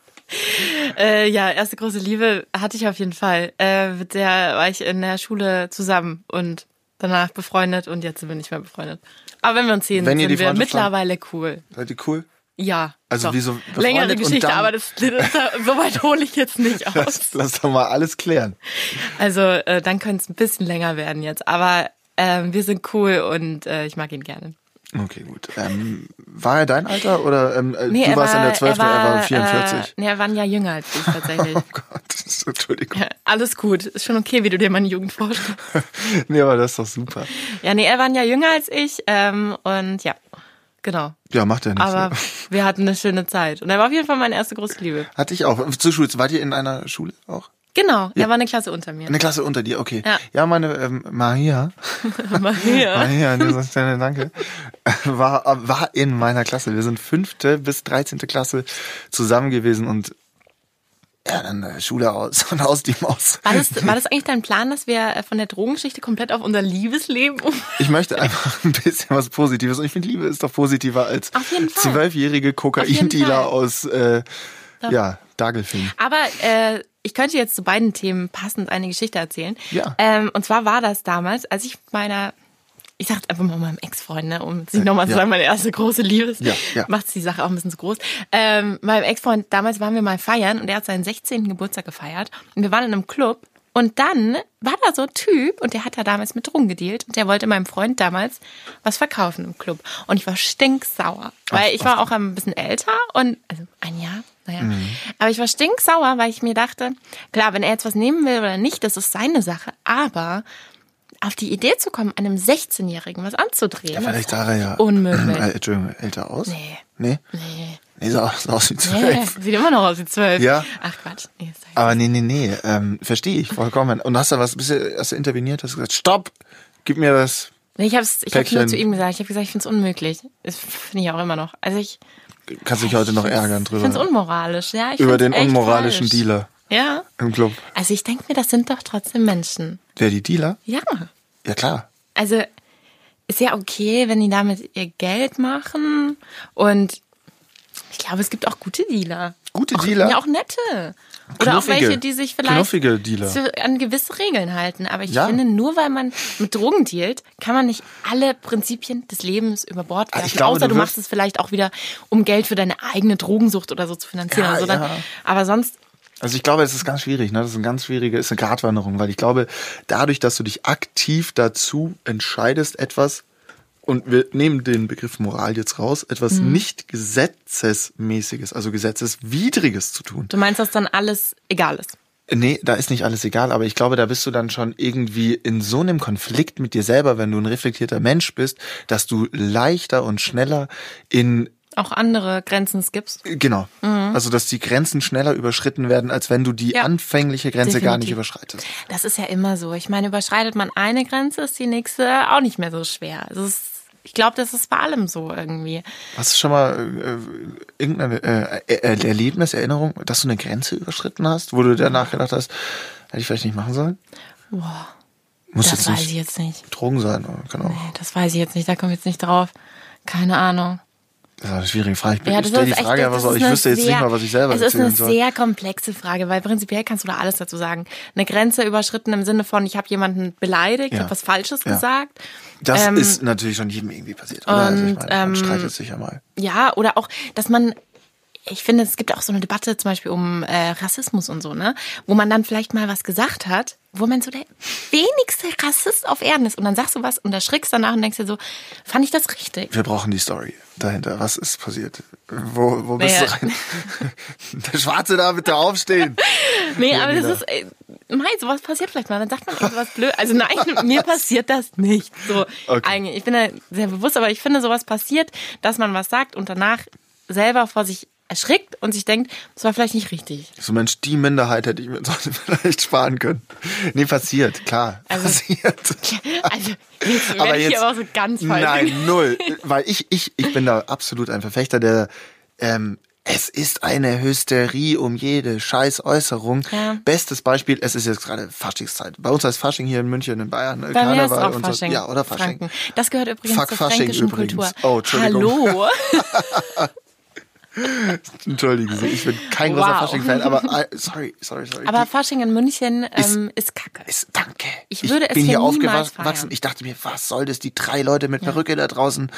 A: Äh, ja, erste große Liebe hatte ich auf jeden Fall. Äh, mit der war ich in der Schule zusammen und danach befreundet und jetzt sind wir nicht mehr befreundet. Aber wenn wir uns sehen,
B: Wenn ihr
A: sind
B: die
A: wir
B: Freundschaft
A: mittlerweile cool.
B: Seid ihr cool?
A: Ja.
B: Also
A: doch.
B: wie so befreundet
A: längere
B: und
A: Geschichte,
B: dann-
A: aber das, das, so weit hole ich jetzt nicht aus.
B: Lass, lass doch mal alles klären.
A: Also äh, dann könnte es ein bisschen länger werden jetzt, aber ähm, wir sind cool und äh, ich mag ihn gerne.
B: Okay, gut. Ähm, war er dein Alter oder ähm, du
A: er
B: warst in der
A: war-
B: 12. Er war, 44?
A: Äh, nee, er war ein Jahr jünger als ich tatsächlich.
B: oh Gott, Entschuldigung.
A: Ja, Alles gut, ist schon okay, wie du dir meine Jugend vorstellst.
B: nee, aber das ist doch super.
A: Ja, nee, er war ein Jahr jünger als ich ähm, und ja, genau.
B: Ja, macht ja nichts.
A: Aber
B: ne?
A: wir hatten eine schöne Zeit und er war auf jeden Fall meine erste große Liebe.
B: Hatte ich auch. Zur Schule. Wart ihr in einer Schule auch?
A: Genau, er war eine Klasse unter mir.
B: Eine Klasse unter dir, okay.
A: Ja.
B: meine ähm, Maria,
A: Maria.
B: Maria, an dieser Stelle danke, war, war in meiner Klasse. Wir sind fünfte bis dreizehnte Klasse zusammen gewesen und ja, dann äh, Schule aus und aus die Maus.
A: War das, war das eigentlich dein Plan, dass wir äh, von der Drogengeschichte komplett auf unser Liebesleben um?
B: Ich möchte einfach ein bisschen was Positives. Und ich finde, Liebe ist doch positiver als
A: Auf jeden Fall.
B: zwölfjährige
A: Fall.
B: Kokaindealer aus äh, ja, Dagelfing.
A: Aber äh, ich könnte jetzt zu beiden Themen passend eine Geschichte erzählen.
B: Ja.
A: Ähm, und zwar war das damals, als ich meiner, ich sag einfach mal meinem Ex-Freund, ne, um sich nochmal zu
B: ja.
A: sagen, meine erste große Liebe ist,
B: Ja, ja.
A: macht die Sache auch ein bisschen zu groß. Ähm, meinem Ex-Freund, damals waren wir mal feiern und er hat seinen 16. Geburtstag gefeiert und wir waren in einem Club. Und dann war da so ein Typ und der hat da damals mit Drogen gedealt und der wollte meinem Freund damals was verkaufen im Club. Und ich war stinksauer, weil ich war auch ein bisschen älter und, also ein Jahr, naja.
B: Mhm.
A: Aber ich war stinksauer, weil ich mir dachte, klar, wenn er jetzt was nehmen will oder nicht, das ist seine Sache, aber auf die Idee zu kommen, einem 16-Jährigen was anzudrehen.
B: Ja, vielleicht
A: das
B: sah er ja
A: Unmöglich.
B: Äh, Entschuldigung, älter aus.
A: Nee.
B: Nee?
A: Nee.
B: Nee, sah aus, sah aus wie
A: Nee,
B: zwölf.
A: sieht immer noch aus wie zwölf.
B: Ja.
A: Ach Quatsch. Nee, ist
B: Aber nee, nee, nee, ähm, verstehe ich vollkommen. Und hast du was, bist du, hast du interveniert, hast du gesagt, stopp, gib mir das,
A: nee, ich hab's, ich hab's nur
B: Päckchen.
A: zu ihm gesagt. Ich habe gesagt, ich find's unmöglich. Das finde ich auch immer noch. Also ich
B: kannst dich heute noch ärgern
A: ich find's
B: drüber. ne?
A: unmoralisch. Ja, ich
B: Über
A: find's
B: den
A: echt
B: unmoralischen
A: falsch.
B: Dealer
A: Ja.
B: im Club.
A: Also ich denke mir, das sind doch trotzdem Menschen.
B: Wer, die Dealer?
A: Ja.
B: Ja, klar.
A: Also ist ja okay, wenn die damit ihr Geld machen. Und ich glaube, es gibt auch gute Dealer.
B: Gute
A: auch,
B: Dealer?
A: Ja, auch nette. Oder auch
B: Knuffige.
A: welche, die sich vielleicht
B: Knuffige Dealer.
A: zu- an gewisse Regeln halten. Aber ich
B: Ja.
A: finde, nur weil man mit Drogen dealt, kann man nicht alle Prinzipien des Lebens über Bord
B: Also
A: werfen.
B: ich glaube,
A: Außer
B: du
A: du,
B: wirst-
A: machst es vielleicht auch wieder, um Geld für deine eigene Drogensucht oder so zu finanzieren.
B: Ja,
A: oder so. Dann,
B: ja.
A: Aber sonst,
B: Also ich glaube, es ist ganz schwierig, ne? Das ist eine ganz schwierige, ist eine Gratwanderung, weil ich glaube, dadurch, dass du dich aktiv dazu entscheidest, etwas, und wir nehmen den Begriff Moral jetzt raus, etwas
A: Mhm.
B: nicht gesetzesmäßiges, also gesetzeswidriges zu tun.
A: du meinst, dass dann alles egal ist.
B: Nee, da ist nicht alles egal, aber ich glaube, da bist du dann schon irgendwie in so einem Konflikt mit dir selber, wenn du ein reflektierter Mensch bist, dass du leichter und schneller in
A: Auch andere Grenzen skippst.
B: Genau. Also, dass die Grenzen schneller überschritten werden, als wenn du die
A: Mhm. Ja.
B: anfängliche Grenze gar
A: Definitiv.
B: nicht überschreitest.
A: Das ist ja immer so. Ich meine, überschreitet man eine Grenze, ist die nächste auch nicht mehr so schwer. Es ist, ich glaube, das ist bei allem so irgendwie.
B: Hast du schon mal äh, irgendein äh, er Er- Erlebnis, Erinnerung, dass du eine Grenze überschritten hast, wo du danach gedacht hast, hätte ich vielleicht nicht machen sollen?
A: Boah,
B: Muss
A: das
B: jetzt
A: weiß ich
B: nicht
A: jetzt nicht.
B: Drogen sein, oder? kann auch.
A: Nee, Das weiß ich jetzt nicht, da komme ich jetzt nicht drauf. Keine Ahnung.
B: Das ist eine schwierige Frage. Ich,
A: Ja,
B: ich stelle die
A: ist echt-
B: Frage einfach
A: das
B: so,
A: ist
B: ich
A: eine
B: wüsste jetzt
A: sehr-
B: nicht mal, was ich selber
A: Es ist
B: erzählen
A: eine
B: soll.
A: sehr komplexe Frage, weil prinzipiell kannst du da alles dazu sagen. Eine Grenze überschritten im Sinne von, ich habe jemanden beleidigt, ich
B: Ja.
A: habe was Falsches
B: Ja.
A: gesagt.
B: Das
A: Ähm,
B: ist natürlich schon jedem irgendwie passiert, oder? also ich
A: und,
B: meine, man
A: ähm,
B: streitet sich ja mal.
A: Ja, oder auch, dass man, ich finde, es gibt auch so eine Debatte zum Beispiel um äh, Rassismus und so, ne? Wo man dann vielleicht mal was gesagt hat, wo man so der wenigste Rassist auf Erden ist. Und dann sagst du was und erschrickst danach und denkst dir so, fand ich das richtig?
B: Wir brauchen die Story dahinter. Was ist passiert? Wo, wo bist
A: Naja.
B: du rein? Der Schwarze da, bitte aufstehen.
A: Nee, aber das ist, ey, mei, sowas passiert vielleicht mal. Dann sagt man irgendwas blöd. Also nein, mir passiert das nicht. So,
B: Okay.
A: eigentlich, ich bin da sehr bewusst, aber ich finde, sowas passiert, dass man was sagt und danach selber vor sich erschrickt und sich denkt, das war vielleicht nicht richtig.
B: So Mensch, die Minderheit hätte ich mir sonst vielleicht sparen können. Nee, passiert, klar.
A: Also-
B: passiert.
A: Also, jetzt werde ich hier aber so ganz falsch.
B: Nein, null. Weil ich, ich, ich bin da absolut ein Verfechter der, ähm, es ist eine Hysterie um jede scheiß Äußerung.
A: Ja.
B: Bestes Beispiel, es ist jetzt gerade Faschingszeit. Bei uns heißt Fasching hier in München, in Bayern, ne?
A: Bei mir ist
B: Karneval
A: auch
B: und
A: Fasching.
B: so. Ja, oder Fasching.
A: Franken. Das gehört übrigens
B: Fuck
A: zur
B: Fasching
A: fränkischen
B: übrigens.
A: Kultur.
B: Oh, Entschuldigung.
A: Hallo.
B: Entschuldigen Sie, ich bin kein großer
A: Wow.
B: Fasching-Fan, aber äh, sorry, sorry, sorry.
A: Aber
B: Die
A: Fasching in München ähm, ist kacke.
B: ist, danke.
A: Ich würde es
B: bin
A: hier
B: hier
A: niemals
B: aufgewachsen.
A: feiern.
B: Ich dachte mir, was soll das? Die drei Leute mit Perücke da draußen.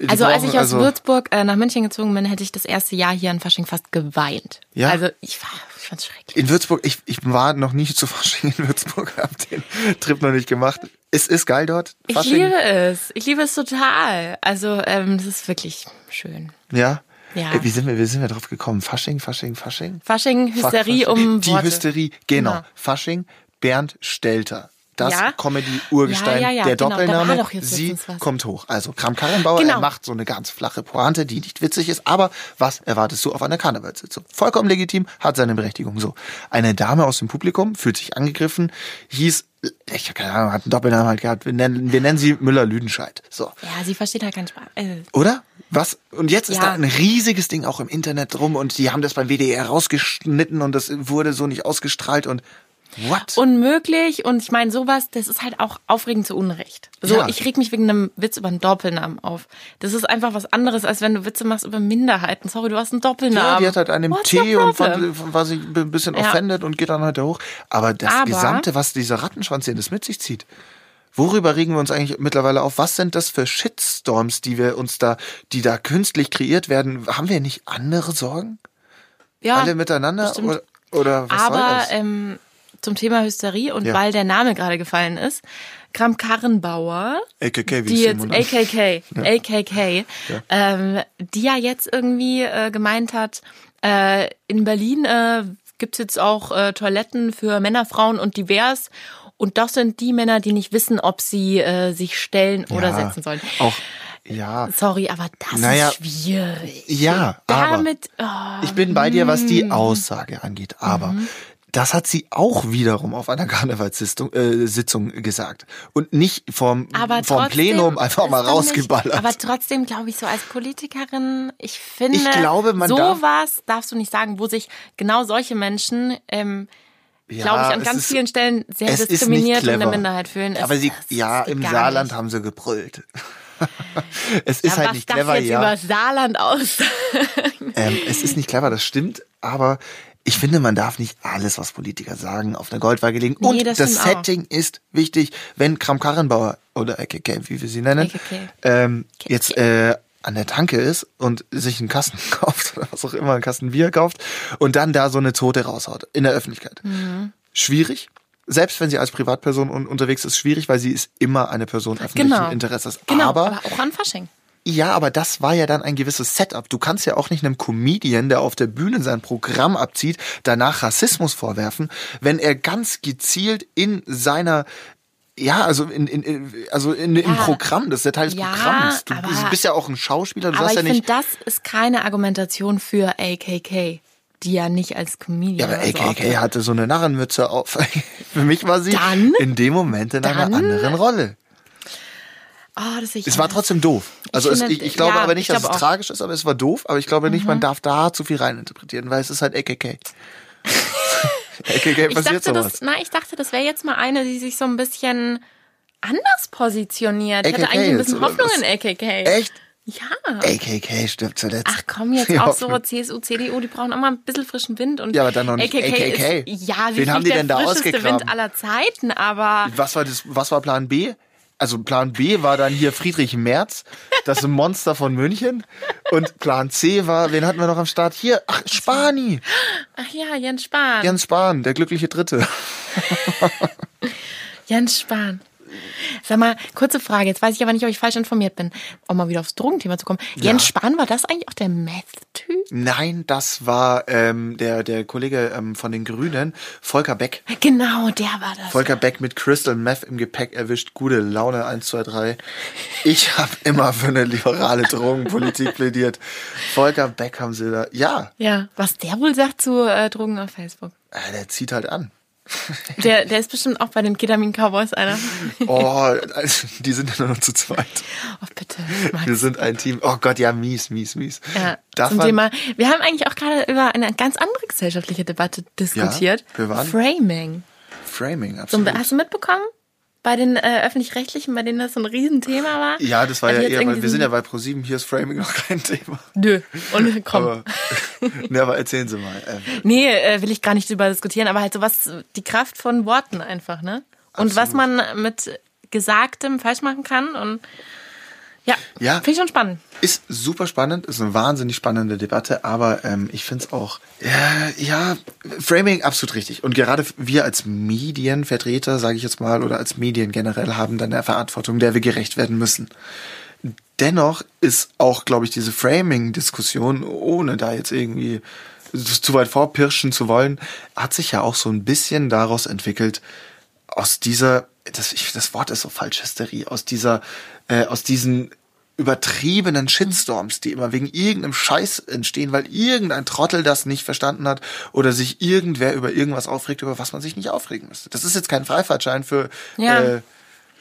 B: die
A: Also als
B: brauchen-
A: ich aus Würzburg äh, nach München gezogen bin, hätte ich das erste Jahr hier in Fasching fast geweint.
B: Ja?
A: Also ich war, ich fand's schrecklich.
B: In Würzburg, ich, ich war noch nie zu Fasching in Würzburg, hab den Trip noch nicht gemacht. Es ist geil dort.
A: Ich
B: Fasching.
A: liebe es. Ich liebe es total. Also ähm, es ist wirklich schön.
B: Ja.
A: Ja.
B: Äh, Wie sind wir, wie sind wir drauf gekommen? Fasching, Fasching, Fasching?
A: Fasching,
B: Fuck,
A: Hysterie
B: Fasching.
A: um
B: Die
A: Worte.
B: Hysterie, genau.
A: Genau.
B: Fasching, Bernd Stelter. Das
A: Ja.
B: Comedy-Urgestein,
A: Ja, ja, ja,
B: der
A: genau. Da war
B: Doppelname,
A: doch jetzt
B: sie
A: letztens was.
B: kommt hoch. Also Kram Karrenbauer,
A: Genau.
B: er macht so eine ganz flache Pointe, die nicht witzig ist, aber was erwartest du auf einer Karnevalssitzung? Vollkommen legitim, hat seine Berechtigung. So, eine Dame aus dem Publikum fühlt sich angegriffen, hieß, ich habe keine Ahnung, hat einen Doppelnamen halt gehabt, wir nennen, wir nennen sie Müller-Lüdenscheid. So,
A: Ja, sie versteht halt keinen Spaß. Äh,
B: oder? Was? Und jetzt ist
A: Ja.
B: da ein riesiges Ding auch im Internet drum und die haben das beim WDR rausgeschnitten und das wurde so nicht ausgestrahlt und what?
A: unmöglich und ich meine sowas, das ist halt auch aufregend zu Unrecht. So,
B: Ja.
A: ich reg mich wegen einem Witz über einen Doppelnamen auf. Das ist einfach was anderes, als wenn du Witze machst über Minderheiten. Sorry, du hast einen Doppelnamen.
B: ja, die hat halt einen im
A: What's your
B: Tee und
A: problem?
B: fand, war sich ein bisschen
A: Ja.
B: offended und geht dann halt da hoch. Aber das
A: Aber-
B: Gesamte, was dieser Rattenschwanz hier das mit sich zieht, worüber regen wir uns eigentlich mittlerweile auf? Was sind das für Shitstorms, die wir uns da, die da künstlich kreiert werden? Haben wir nicht andere Sorgen?
A: ja,
B: Alle miteinander?
A: das stimmt.
B: Oder, oder was soll
A: Aber
B: das?
A: ähm, zum Thema Hysterie und
B: Ja.
A: weil der Name gerade gefallen ist, Kram Karrenbauer,
B: AKK, wie
A: die
B: ich
A: jetzt
B: Simon-
A: AKK, AKK, Ähm, die ja jetzt irgendwie äh, gemeint hat, äh, in Berlin äh, gibt's jetzt auch äh, Toiletten für Männer, Frauen und divers. Und das sind die Männer, die nicht wissen, ob sie äh, sich stellen oder
B: Ja,
A: setzen sollen.
B: Auch, ja.
A: Sorry, aber das
B: Naja,
A: ist schwierig.
B: Ja, aber
A: Damit, oh,
B: ich bin bei dir, was
A: Mhm.
B: die Aussage angeht. Aber das hat sie auch wiederum auf einer Karnevalssitzung äh, Sitzung gesagt. Und nicht vom,
A: aber
B: vom
A: trotzdem
B: Plenum einfach
A: ist
B: mal
A: doch nicht-
B: rausgeballert.
A: Aber trotzdem glaube ich so als Politikerin, ich finde,
B: Ich glaube, man darf-
A: sowas darfst du nicht sagen, wo sich genau solche Menschen, ähm,
B: Ja,
A: glaube ich, an
B: es
A: ganz
B: ist-
A: vielen Stellen sehr
B: es ist nicht
A: diskriminiert und in der
B: clever.
A: Minderheit fühlen. Es-
B: aber sie,
A: das
B: ja,
A: geht
B: im
A: gar
B: Saarland
A: nicht.
B: haben sie gebrüllt. es ist
A: ja,
B: halt
A: was
B: nicht
A: das
B: clever,
A: jetzt
B: ja.
A: über Saarland aus?
B: Ähm, es ist nicht clever, das stimmt, aber ich finde, man darf nicht alles, was Politiker sagen, auf eine Goldwaage legen.
A: Nee,
B: Und
A: das
B: das,
A: stimmt auch.
B: Setting ist wichtig, wenn Kram Karrenbauer oder AKK, wie wir sie nennen,
A: AKK.
B: ähm, jetzt äh, an der Tanke ist und sich einen Kasten kauft oder was auch immer, einen Kasten Bier kauft und dann da so eine Tote raushaut in der Öffentlichkeit.
A: Mhm.
B: Schwierig. Selbst wenn sie als Privatperson un unterwegs ist, schwierig, weil sie ist immer eine Person öffentlichen
A: Genau.
B: Interesses.
A: Genau,
B: aber
A: aber auch an Fasching.
B: ja, aber das war ja dann ein gewisses Setup. Du kannst ja auch nicht einem Comedian, der auf der Bühne sein Programm abzieht, danach Rassismus vorwerfen, wenn er ganz gezielt in seiner ja, also in, in- in also in, im
A: Ja.
B: Programm, das ist ja Teil des
A: Ja,
B: Programms. Du
A: aber-
B: bist ja auch ein Schauspieler, du
A: Aber
B: sagst ja
A: ich finde,
B: nicht.
A: das ist keine Argumentation für AKK, die ja nicht als Comedian
B: Ja,
A: oder
B: aber
A: so
B: AKK
A: auftritt.
B: hatte so eine Narrenmütze auf. Für mich war sie
A: Dann-
B: in dem Moment in
A: dann-
B: einer anderen Rolle.
A: Oh, das sehe ich
B: Es war
A: anders.
B: trotzdem doof. Also ich, es,
A: finde,
B: ich, ich glaube
A: ja,
B: aber nicht,
A: ich
B: dass es
A: glaube auch. Mhm.
B: tragisch ist, aber es war doof. Aber ich glaube nicht, man darf da zu viel reininterpretieren, weil es ist halt AKK. AKK
A: Ich dachte,
B: passiert sowas.
A: das, na, ich dachte, das wäre jetzt mal eine, die sich so ein bisschen anders positioniert. Ich hatte
B: AKK
A: eigentlich ein bisschen
B: jetzt, oder
A: Hoffnung
B: was?
A: in AKK.
B: äh, Echt?
A: Ja.
B: AKK stirbt zuletzt.
A: Ah. Ach komm, jetzt
B: Die
A: auch so
B: Hoffnung.
A: CSU, CDU, die brauchen immer ein bisschen frischen Wind. Und
B: Ja, aber dann noch nicht AKK.
A: Ist, ja, sie
B: Wen
A: ist
B: haben
A: nicht
B: die
A: der
B: denn da
A: frischeste
B: ausgegraben?
A: Wind aller Zeiten, aber
B: Was war, das, was war Plan B? Also Plan B war dann hier Friedrich Merz, das Monster von München. Und Plan C war, wen hatten wir noch am Start? Hier, ach, Spani.
A: ach ja, Jens Spahn.
B: Jens Spahn, der glückliche Dritte.
A: Jens Spahn. Sag mal, kurze Frage. Jetzt weiß ich aber nicht, ob ich falsch informiert bin, um mal wieder aufs Drogenthema zu kommen. Jens Spahn, war das eigentlich auch der Meth-Typ?
B: Nein, das war ähm, der, der Kollege ähm, von den Grünen, Volker Beck.
A: Genau, der war das.
B: Volker Beck mit Crystal Meth im Gepäck erwischt. Gute Laune, 1, 2, 3. Ich habe immer für eine liberale Drogenpolitik plädiert. Volker Beck haben sie da. Ja,
A: ja, was der wohl sagt zu äh, Drogen auf Facebook.
B: äh, der zieht halt an.
A: Der, der ist bestimmt auch bei den Ketamin-Cowboys einer.
B: Oh, also, die sind ja nur zu zweit.
A: Oh, bitte.
B: Wir sind ein Team. Oh Gott, ja, mies, mies, mies.
A: Ja,
B: Darf
A: zum
B: man,
A: Thema. Wir haben eigentlich auch gerade über eine ganz andere gesellschaftliche Debatte diskutiert.
B: wir waren-
A: Framing.
B: Framing,
A: So,
B: absolut.
A: hast du mitbekommen? Bei den äh, öffentlich-rechtlichen, bei denen das so ein Riesenthema war?
B: Ja, das war
A: Hat
B: ja
A: die jetzt
B: eher,
A: irgendwie
B: weil wir sind ja
A: diesen-
B: bei ProSieben, hier ist Framing noch kein Thema.
A: Nö, und komm.
B: Aber, ne, aber erzählen Sie mal. Ähm,
A: Nee, äh, will ich gar nicht drüber diskutieren, aber halt sowas, die Kraft von Worten einfach, ne? Und was man mit Gesagtem falsch machen kann und ja,
B: Ja.
A: finde ich schon spannend.
B: ist super spannend, ist eine wahnsinnig spannende Debatte, aber ähm, ich finde es auch, äh, ja, Framing absolut richtig. Und gerade wir als Medienvertreter, sage ich jetzt mal, oder als Medien generell, haben dann eine Verantwortung, der wir gerecht werden müssen. Dennoch ist auch, glaube ich, diese Framing-Diskussion, ohne da jetzt irgendwie zu weit vorpirschen zu wollen, hat sich ja auch so ein bisschen daraus entwickelt, aus dieser, das, ich, das Wort ist so falsch, Hysterie, aus dieser, äh, aus diesen übertriebenen Shitstorms, die immer wegen irgendeinem Scheiß entstehen, weil irgendein Trottel das nicht verstanden hat oder sich irgendwer über irgendwas aufregt, über was man sich nicht aufregen müsste. Das ist jetzt kein Freifahrtschein für
A: Ja.
B: äh,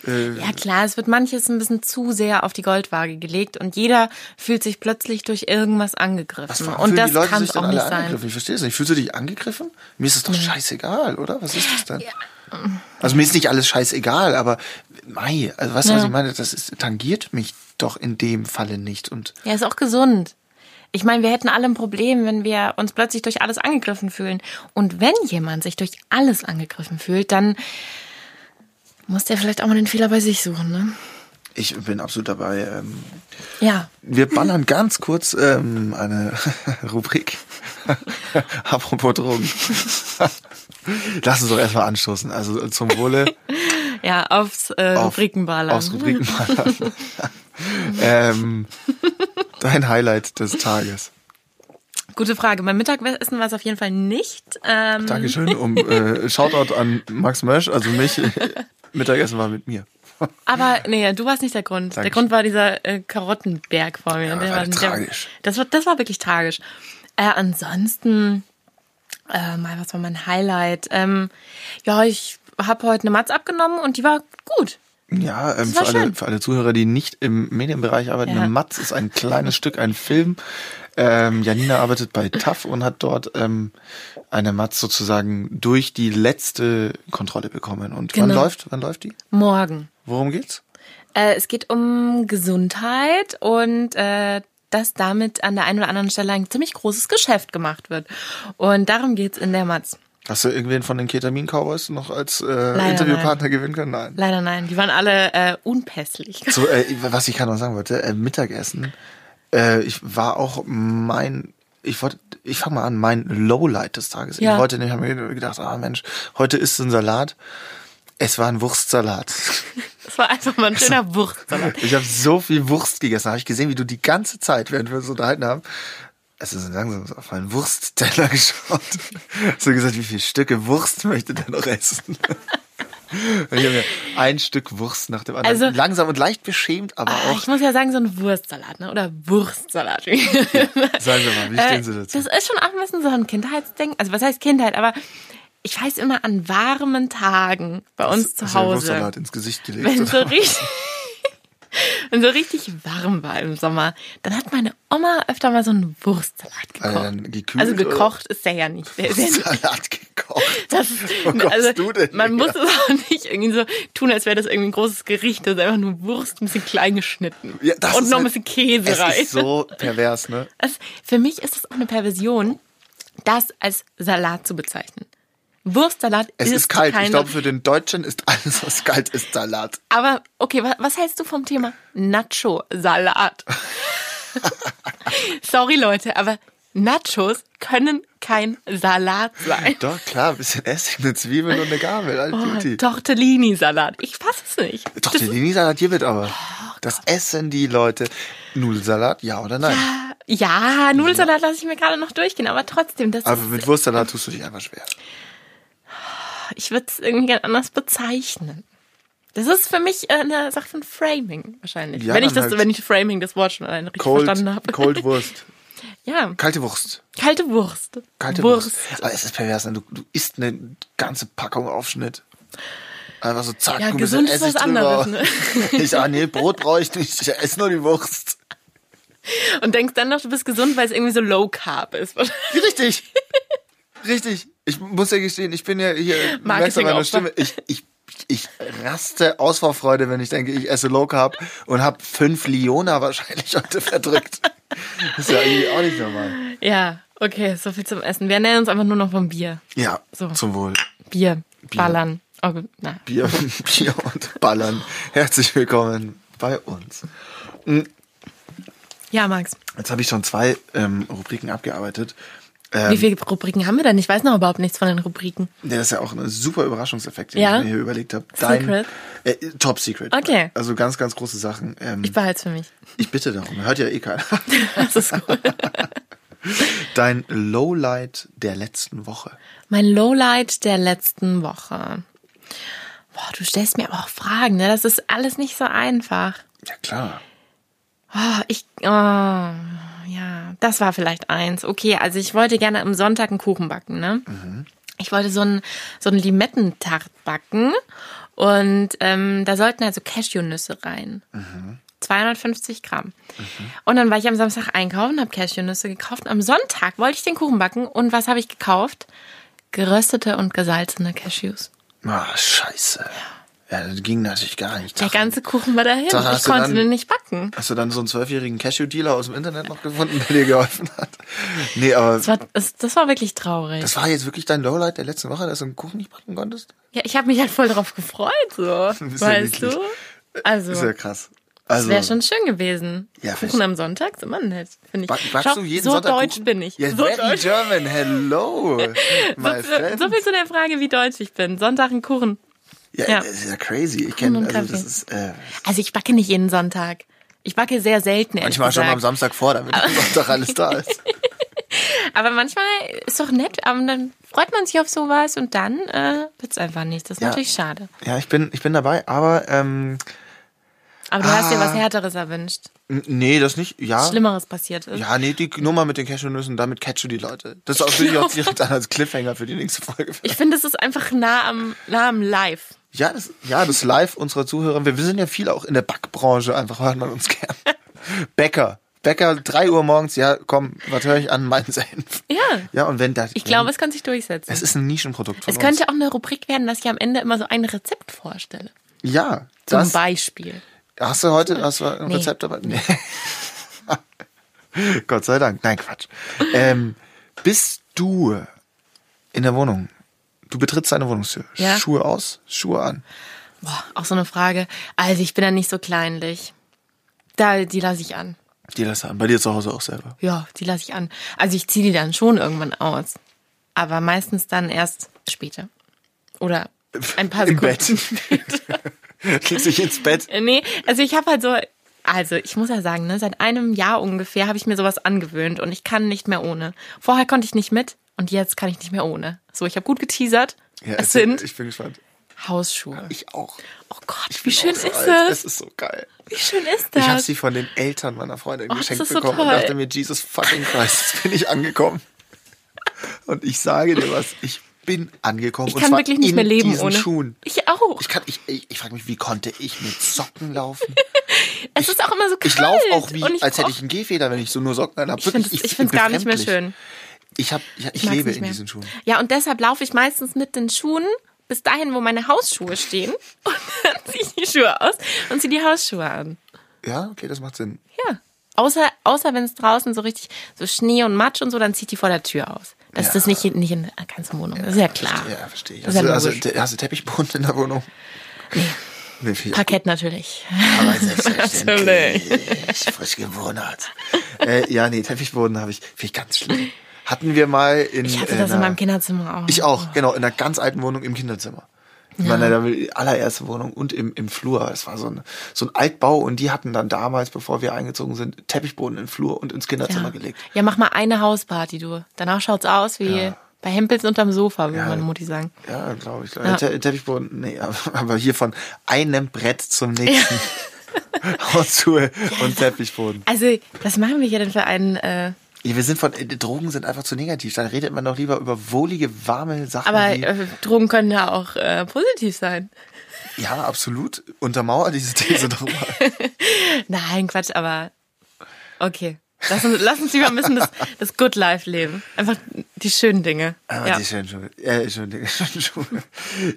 B: äh,
A: Ja klar, es wird manches ein bisschen zu sehr auf die Goldwaage gelegt und jeder fühlt sich plötzlich durch irgendwas
B: Was
A: angegriffen.
B: warum fühlen
A: Mm, und das
B: die Leute
A: kann
B: sich
A: es
B: denn
A: auch
B: alle
A: nicht sein.
B: angegriffen? Ich verstehe es nicht. Fühlst du dich angegriffen? Mir ist es doch scheißegal, oder? Was ist das denn? Also mir ist nicht alles scheißegal, aber mei, also weißt du, was
A: Ja.
B: ich meine? Das ist, tangiert mich doch in dem Falle nicht. Und
A: Ja, ist auch gesund. Ich meine, wir hätten alle ein Problem, wenn wir uns plötzlich durch alles angegriffen fühlen. Und wenn jemand sich durch alles angegriffen fühlt, dann muss der vielleicht auch mal den Fehler bei sich suchen, ne?
B: ich bin absolut dabei. Ähm,
A: Ja.
B: wir ballern ganz kurz ähm, eine Rubrik. Apropos Drogen. Lass uns doch erstmal anstoßen. Also zum Wohle.
A: Ja, aufs äh,
B: Auf-
A: Rubrikenballer.
B: Aufs Rubrikenballer. ähm, dein Highlight des Tages.
A: Gute Frage. Beim Mittagessen war es auf jeden Fall nicht. Ähm,
B: Dankeschön. Um, äh, Shoutout an Max Mösch, also mich. Mittagessen war mit mir.
A: aber nee, du warst nicht der Grund. Der
B: Dankeschön.
A: Grund war dieser äh, Karottenberg vor mir. der
B: war tragisch.
A: Der, das, war, das war wirklich tragisch. Äh, ansonsten, äh, mal, was war mein Highlight? Ähm, ja, ich habe heute eine Matz abgenommen und die war gut.
B: Ja, ähm,
A: war
B: für, alle,
A: schön.
B: für alle Zuhörer, die nicht im Medienbereich arbeiten,
A: Ja.
B: eine Matz ist ein kleines Stück, ein Film. Ähm, Janina arbeitet bei TAF und hat dort ähm, eine Matz sozusagen durch die letzte Kontrolle bekommen. Und wann
A: Genau.
B: läuft, wann läuft die?
A: Morgen.
B: Worum geht's?
A: Äh, es geht um Gesundheit und äh, dass damit an der einen oder anderen Stelle ein ziemlich großes Geschäft gemacht wird. Und darum geht's in der Matz.
B: Hast du irgendwen von den Ketamin-Cowboys noch als äh,
A: Leider
B: Interviewpartner gewinnen können? Nein.
A: Leider nein, die waren alle äh, unpässlich.
B: So, äh, was ich gerade noch sagen wollte, äh, Mittagessen, äh, ich war auch mein, ich wollte, ich fange mal an, mein Lowlight des Tages.
A: Ja.
B: Ich wollte nämlich, habe mir gedacht, ah Mensch, heute isst du einen Salat. Es war ein Wurstsalat.
A: Das war einfach mal ein schöner Wurstsalat.
B: Ich habe so viel Wurst gegessen. Habe ich gesehen, wie du die ganze Zeit, während wir uns unterhalten haben, es ist langsam so auf meinen Wurstteller geschaut. so gesagt, wie viele Stücke Wurst möchte der noch essen? Und ich hab mir ein Stück Wurst nach dem anderen.
A: Also-
B: langsam und leicht beschämt, aber
A: Ah,
B: auch.
A: Ich muss ja sagen, so ein Wurstsalat, ne? Oder Wurstsalat.
B: Sagen Sie mal, wie stehen Sie
A: Äh,
B: dazu?
A: Das ist schon auch ein bisschen so ein Kindheitsding. Also was heißt Kindheit? Aber ich weiß immer an warmen Tagen bei uns zu
B: Hast du den
A: Hause,
B: Wurstsalat ins Gesicht gelegt.
A: wenn so
B: Oder?
A: richtig, wenn so richtig warm war im Sommer, dann hat meine Oma öfter mal so einen Wurstsalat gekocht.
B: Also dann gekühlt
A: also
B: oder?
A: gekocht ist der ja nicht. Der ist ja nicht
B: Salat gekocht.
A: Das,
B: Wo kommst
A: also,
B: du denn
A: man
B: her?
A: muss es auch nicht irgendwie so tun, als wäre das irgendwie ein großes Gericht. Das ist einfach nur Wurst, ein bisschen klein geschnitten.
B: Ja, das
A: und
B: ist
A: noch ein
B: halt-
A: bisschen Käse
B: Es
A: rein.
B: ist so pervers, ne?
A: das, für mich ist das auch eine Perversion, das als Salat zu bezeichnen. Wurstsalat
B: Es
A: ist,
B: ist, kalt.
A: Kein
B: Ich glaube, für den Deutschen ist alles, was kalt ist, Salat.
A: Aber okay, was, was hältst du vom Thema Nacho-Salat? Sorry, Leute, aber Nachos können kein Salat sein.
B: Doch, klar, ein bisschen Essig, eine Zwiebel und eine Gabel. All
A: Oh,
B: Beauty.
A: Tortellini-Salat. Ich fasse es nicht.
B: Doch, den Nini-Salat hier wird aber.
A: Oh
B: Das essen die Leute. Nudelsalat, ja oder nein?
A: Ja, Nudelsalat lasse ich mir gerade noch durchgehen, aber trotzdem, das
B: Aber
A: ist,
B: mit Wurstsalat tust du dich einfach schwer.
A: ich würde es irgendwie ganz anders bezeichnen. Das ist für mich äh, eine Sache von Framing wahrscheinlich.
B: Ja,
A: wenn ich
B: dann
A: das,
B: halt-
A: wenn ich Framing das Wort schon allein richtig verstanden habe.
B: Cold Wurst.
A: Ja,
B: Kalte Wurst.
A: kalte Wurst.
B: Kalte Wurst. Aber es ist pervers, ne? du, du isst eine ganze Packung Aufschnitt. Einfach so zack,
A: Ja,
B: ein bisschen
A: gesund ist was
B: Essig drüber.
A: anderes, ne?
B: Ich sag, nee, Brot brauche ich nicht, ich esse nur die Wurst.
A: Und denkst dann noch, du bist gesund, weil es irgendwie so Low Carb ist.
B: Richtig. Richtig. Ich muss ja gestehen, ich bin ja hier, du merkst an meiner
A: Marketingaufwand.
B: Stimme, ich, ich, ich raste aus vor Freude, wenn ich denke, ich esse Low Carb und habe fünf Liona wahrscheinlich heute verdrückt. Das ist ja irgendwie auch nicht normal.
A: ja, okay, so viel zum Essen. Wir nennen uns einfach nur noch vom Bier.
B: Ja,
A: So.
B: zum Wohl.
A: Bier, Ballern. Oh, gut, na.
B: Bier, Bier und Ballern. Herzlich willkommen bei uns.
A: Ja, Max.
B: Jetzt habe ich schon zwei ähm, Rubriken abgearbeitet. Ähm,
A: Wie viele Rubriken haben wir denn? Ich weiß noch überhaupt nichts von den Rubriken.
B: Der ist ja auch ein super Überraschungseffekt, den
A: Ja?
B: ich mir hier überlegt habe.
A: Secret?
B: Äh, Top Secret.
A: Okay.
B: Also ganz, ganz große Sachen. Ähm,
A: Ich behalte es für mich.
B: ich bitte darum, hört ja eh keiner.
A: Das ist cool.
B: Dein Lowlight der letzten Woche.
A: Mein Lowlight der letzten Woche. Boah, du stellst mir aber auch Fragen, ne? Das ist alles nicht so einfach.
B: Ja, klar.
A: Oh, ich, oh, ja, das war vielleicht eins. Okay, also ich wollte gerne am Sonntag einen Kuchen backen, ne?
B: Mhm.
A: Ich wollte so einen, so einen Limettentart backen und ähm, da sollten also Cashewnüsse rein.
B: Mhm.
A: 250 Gramm. Und dann war ich am Samstag einkaufen, habe Cashewnüsse gekauft. Und am Sonntag wollte ich den Kuchen backen und was habe ich gekauft? Geröstete und gesalzene Cashews.
B: Ah, scheiße. Ja, das ging natürlich gar nicht.
A: Der ganze Kuchen war dahin.
B: Da
A: ich
B: hast du
A: konnte
B: dann-
A: den nicht backen.
B: Hast du dann so einen zwölfjährigen Cashew-Dealer aus dem Internet noch gefunden, der dir geholfen hat? Nee, aber
A: Das war, das, das war wirklich traurig.
B: das war jetzt wirklich dein Lowlight der letzten Woche, dass du einen Kuchen nicht backen konntest?
A: Ja, ich habe mich halt voll drauf gefreut, so.
B: ist ja
A: Weißt
B: niedlich.
A: du? Also,
B: Äh, Ist ja krass.
A: das
B: Also,
A: wäre schon schön gewesen.
B: Ja,
A: Kuchen
B: vielleicht-
A: am Sonntag ist immer nett, finde ich.
B: Back, backst
A: Schau,
B: du jeden
A: so
B: Sonntag
A: deutsch
B: Kuchen?
A: bin ich.
B: Ja,
A: so,
B: very
A: deutsch,
B: German, hello, my
A: so,
B: friend.
A: so viel zu der Frage, wie deutsch ich bin. Sonntag ein Kuchen.
B: ja,
A: ja.
B: das ist ja crazy. Ich kenne,
A: und
B: also das
A: Kaffee.
B: ist, äh,
A: Also ich backe nicht jeden Sonntag. Ich backe sehr selten, ehrlich
B: manchmal schon am
A: gesagt.
B: Samstag vor, damit am Sonntag alles da ist.
A: Aber manchmal ist doch nett, aber dann freut man sich auf sowas und dann äh, wird's einfach nicht. Das ist
B: Ja.
A: natürlich schade.
B: Ja, ich bin, ich bin dabei, aber, ähm,
A: Aber du hast dir
B: Ah.
A: was Härteres erwünscht.
B: n- nee, das nicht, ja.
A: Schlimmeres passiert ist.
B: Ja, nee, die Nummer mit den Cashewnüssen, damit catchen die Leute. Das auch will ich auch direkt an als Cliffhanger für die nächste Folge.
A: Ich finde, es ist einfach nah am, nah am Live.
B: Ja, das, ja, das Live unserer Zuhörer. Wir, wir sind ja viel auch in der Backbranche, einfach hört man uns gern. Bäcker. Bäcker, 3 Uhr morgens, ja, komm, was höre ich an? Mein Senf.
A: Ja.
B: Ja, und wenn das.
A: Ich glaube, es kann sich durchsetzen.
B: Es ist ein Nischenprodukt von
A: Es könnte auch eine Rubrik werden, dass ich am Ende immer so ein Rezept vorstelle.
B: uns. Ja,
A: Zum
B: das.
A: Beispiel.
B: Hast du heute hast du ein
A: Nee.
B: Rezept dabei? Nee. Gott sei Dank. Nein, Quatsch. Ähm, bist du in der Wohnung? Du betrittst deine Wohnungstür.
A: Ja.
B: Schuhe aus, Schuhe an.
A: Boah, auch so eine Frage. Also ich bin da nicht so kleinlich. Da, die lasse ich an.
B: Die lässt du an. Bei dir zu Hause auch selber.
A: Ja, die lasse ich an. Also ich ziehe die dann schon irgendwann aus. Aber meistens dann erst später. Oder ein paar
B: Im
A: Sekunden.
B: Bett. Legst dich ins Bett.
A: Äh, Nee, also ich habe halt so, also ich muss ja sagen, ne, seit einem Jahr ungefähr habe ich mir sowas angewöhnt und ich kann nicht mehr ohne. Vorher konnte ich nicht mit und jetzt kann ich nicht mehr ohne. So, ich habe gut geteasert. es sind
B: also Ich bin gespannt.
A: Hausschuhe.
B: Ich auch.
A: Oh Gott, wie schön
B: Auch
A: ist
B: so alt.
A: das?
B: Es ist so geil.
A: Wie schön ist
B: Ich habe
A: das?
B: sie von den Eltern meiner Freundin
A: Oh, das
B: geschenkt
A: ist so
B: bekommen und
A: toll.
B: dachte mir, Jesus fucking Christ, jetzt bin ich angekommen. Und ich sage dir was, ich bin angekommen.
A: Ich
B: und
A: kann
B: zwar
A: wirklich nicht
B: in
A: mehr leben
B: diesen
A: ohne.
B: Schuhen.
A: Ich auch.
B: Ich kann, ich, ich, ich frage mich, wie konnte ich mit Socken laufen?
A: es ist auch immer so kalt.
B: Ich laufe auch wie,
A: und ich
B: als hätte
A: brauch-
B: ich einen Gehfeder, wenn ich so nur Socken an habe.
A: Ich finde es gar nicht mehr schön.
B: Ich, hab, ich, ich,
A: mag's
B: lebe
A: nicht
B: in
A: mehr.
B: diesen Schuhen.
A: Ja, und deshalb laufe ich meistens mit den Schuhen bis dahin, wo meine Hausschuhe stehen. Und dann ziehe ich die Schuhe aus und ziehe die Hausschuhe an.
B: Ja, okay, das macht Sinn.
A: Ja. Außer, außer wenn es draußen so richtig so Schnee und Matsch und so, dann zieht die vor der Tür aus. Das ist
B: Ja.
A: das nicht, in- nicht in der ganzen Wohnung. Das ist ja klar.
B: Ja, verstehe ich.
A: Das ist
B: Also,
A: ja
B: also,
A: logisch.
B: hast du Teppichboden in der Wohnung? Wie viel?
A: Parkett natürlich.
B: Aber selbstverständlich. Frisch gewundert. Äh, ja, nee, Teppichboden habe ich. Finde ich ganz schlimm. Hatten wir mal in.
A: Ich hatte das in
B: einer-
A: meinem Kinderzimmer auch.
B: äh, Ich auch, genau, in einer ganz alten Wohnung im Kinderzimmer. In meiner der allererste Wohnung und im, im Flur. Es war so ein, so ein Altbau und die hatten dann damals, bevor wir eingezogen sind, Teppichboden im Flur und ins Kinderzimmer
A: ja.
B: gelegt.
A: ja, mach mal eine Hausparty, du. Danach schaut's aus wie bei Hempels unterm Sofa, würde
B: Ja.
A: meine Mutti sagen.
B: Ja, glaube ich. Te Teppichboden, nee, aber hier von einem Brett zum nächsten. Hausschuhe und Teppichboden.
A: Also, was machen wir hier denn für einen... Äh,
B: Ja, wir sind von, äh, Drogen sind einfach zu negativ. Dann redet man doch lieber über wohlige, warme Sachen.
A: aber
B: die-
A: äh, Drogen können ja auch äh, positiv sein.
B: ja, absolut. Untermauer diese These doch mal.
A: Nein, Quatsch, aber okay. Lass uns, lass uns lieber ein bisschen das, das Good Life leben. Einfach die schönen Dinge.
B: Aber
A: ja.
B: Ah, die
A: Die,
B: schönen Schuhe. Äh, schönen Dinge, schönen Schuhe.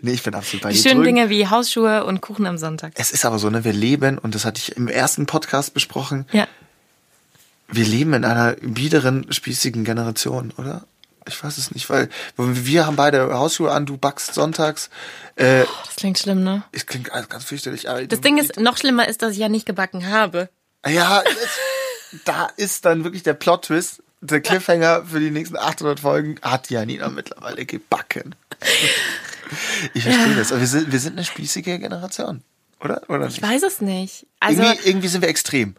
B: Nee, ich bin absolut bei dir.
A: schönen
B: Drüben-
A: Dinge wie Hausschuhe und Kuchen am Sonntag.
B: Es ist aber so, ne, wir leben, und das hatte ich im ersten Podcast besprochen,
A: Ja.
B: wir leben in einer biederen, spießigen Generation, oder? Ich weiß es nicht, weil wir haben beide Hausschuhe an, du backst sonntags. Äh,
A: Das klingt schlimm, ne?
B: es klingt alles ganz fürchterlich. Aber
A: Das Ding ist, noch schlimmer ist, dass ich ja nicht gebacken habe.
B: Ja, es, da ist dann wirklich der Plot-Twist. Der Cliffhanger für die nächsten 800 Folgen hat Janina mittlerweile gebacken. Ich verstehe das. Aber wir sind, wir sind eine spießige Generation, oder? oder nicht?
A: Ich weiß es nicht. Also,
B: irgendwie, irgendwie sind wir extrem.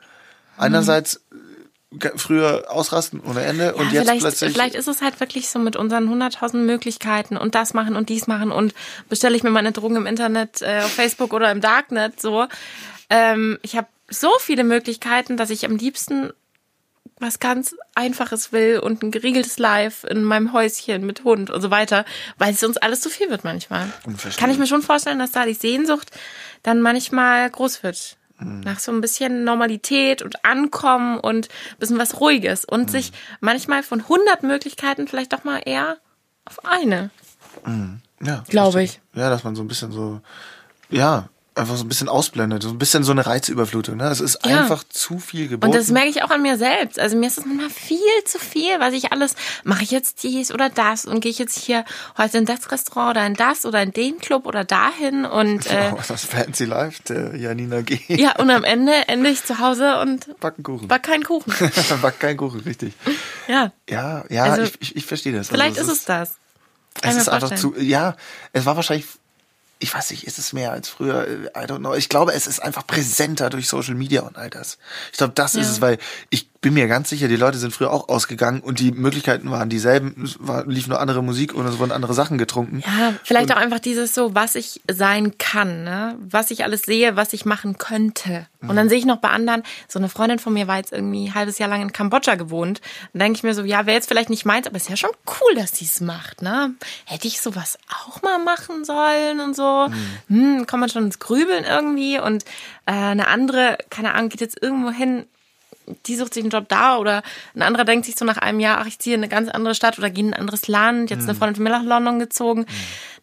B: Einerseits äh, ge- früher ausrasten ohne Ende und
A: ja,
B: jetzt
A: vielleicht,
B: plötzlich.
A: vielleicht ist es halt wirklich so mit unseren 100.000 Möglichkeiten und das machen und dies machen und bestelle ich mir meine Drogen im Internet, äh, auf Facebook oder im Darknet so. Ähm, ich habe so viele Möglichkeiten, dass ich am liebsten was ganz Einfaches will und ein geriegeltes Live in meinem Häuschen mit Hund und so weiter, weil es uns alles zu viel wird manchmal.
B: Unverständlich.
A: Kann ich mir schon vorstellen, dass da die Sehnsucht dann manchmal groß wird. Nach so ein bisschen Normalität und Ankommen und ein bisschen was Ruhiges und sich manchmal von 100 Möglichkeiten vielleicht doch mal eher auf eine.
B: ja,
A: Glaube
B: verstehe. Ja, dass man so ein bisschen so. Ja, einfach so ein bisschen ausblendet. So ein bisschen so eine Reizüberflutung. Ne? Es ist
A: Ja.
B: einfach zu viel geboten.
A: Und das merke ich auch an mir selbst. Also mir ist es manchmal viel zu viel, was ich alles, mache ich jetzt dies oder das und gehe ich jetzt hier heute in das Restaurant oder in das oder in den Club oder dahin und äh,
B: oh, das Fancy Life der Janina G.
A: ja, und am Ende ende ich zu Hause und
B: Backen Kuchen.
A: war kein Kuchen.
B: Back kein Kuchen, richtig.
A: Ja,
B: Ja, ja,
A: Also,
B: ich, ich, ich verstehe das.
A: vielleicht
B: also,
A: ist es das. Kann
B: Es
A: ich mir
B: ist einfach
A: vorstellen.
B: zu. Ja, es war wahrscheinlich. Ich weiß nicht, ist es mehr als früher? I don't know. Ich glaube, es ist einfach präsenter durch Social Media und all das. Ich glaube, das ist
A: Ja.
B: es, weil ich bin mir ganz sicher, die Leute sind früher auch ausgegangen und die Möglichkeiten waren dieselben. Es war, lief nur andere Musik und es wurden andere Sachen getrunken.
A: Ja, vielleicht auch einfach dieses so, was ich sein kann, ne? was ich alles sehe, was ich machen könnte. Und dann sehe ich noch bei anderen, so eine Freundin von mir war jetzt irgendwie ein halbes Jahr lang in Kambodscha gewohnt. Dann denke ich mir so, ja, wäre jetzt vielleicht nicht meins, aber ist ja schon cool, dass sie es macht. Ne? Hätte ich sowas auch mal machen sollen und so. Hm, kommt man schon ins Grübeln irgendwie. Und äh, eine andere, keine Ahnung, geht jetzt irgendwo hin, die sucht sich einen Job da oder ein anderer denkt sich so nach einem Jahr, ach, ich ziehe in eine ganz andere Stadt oder gehe in ein anderes Land. Jetzt ist
B: Mhm.
A: eine Freundin von mir nach London gezogen.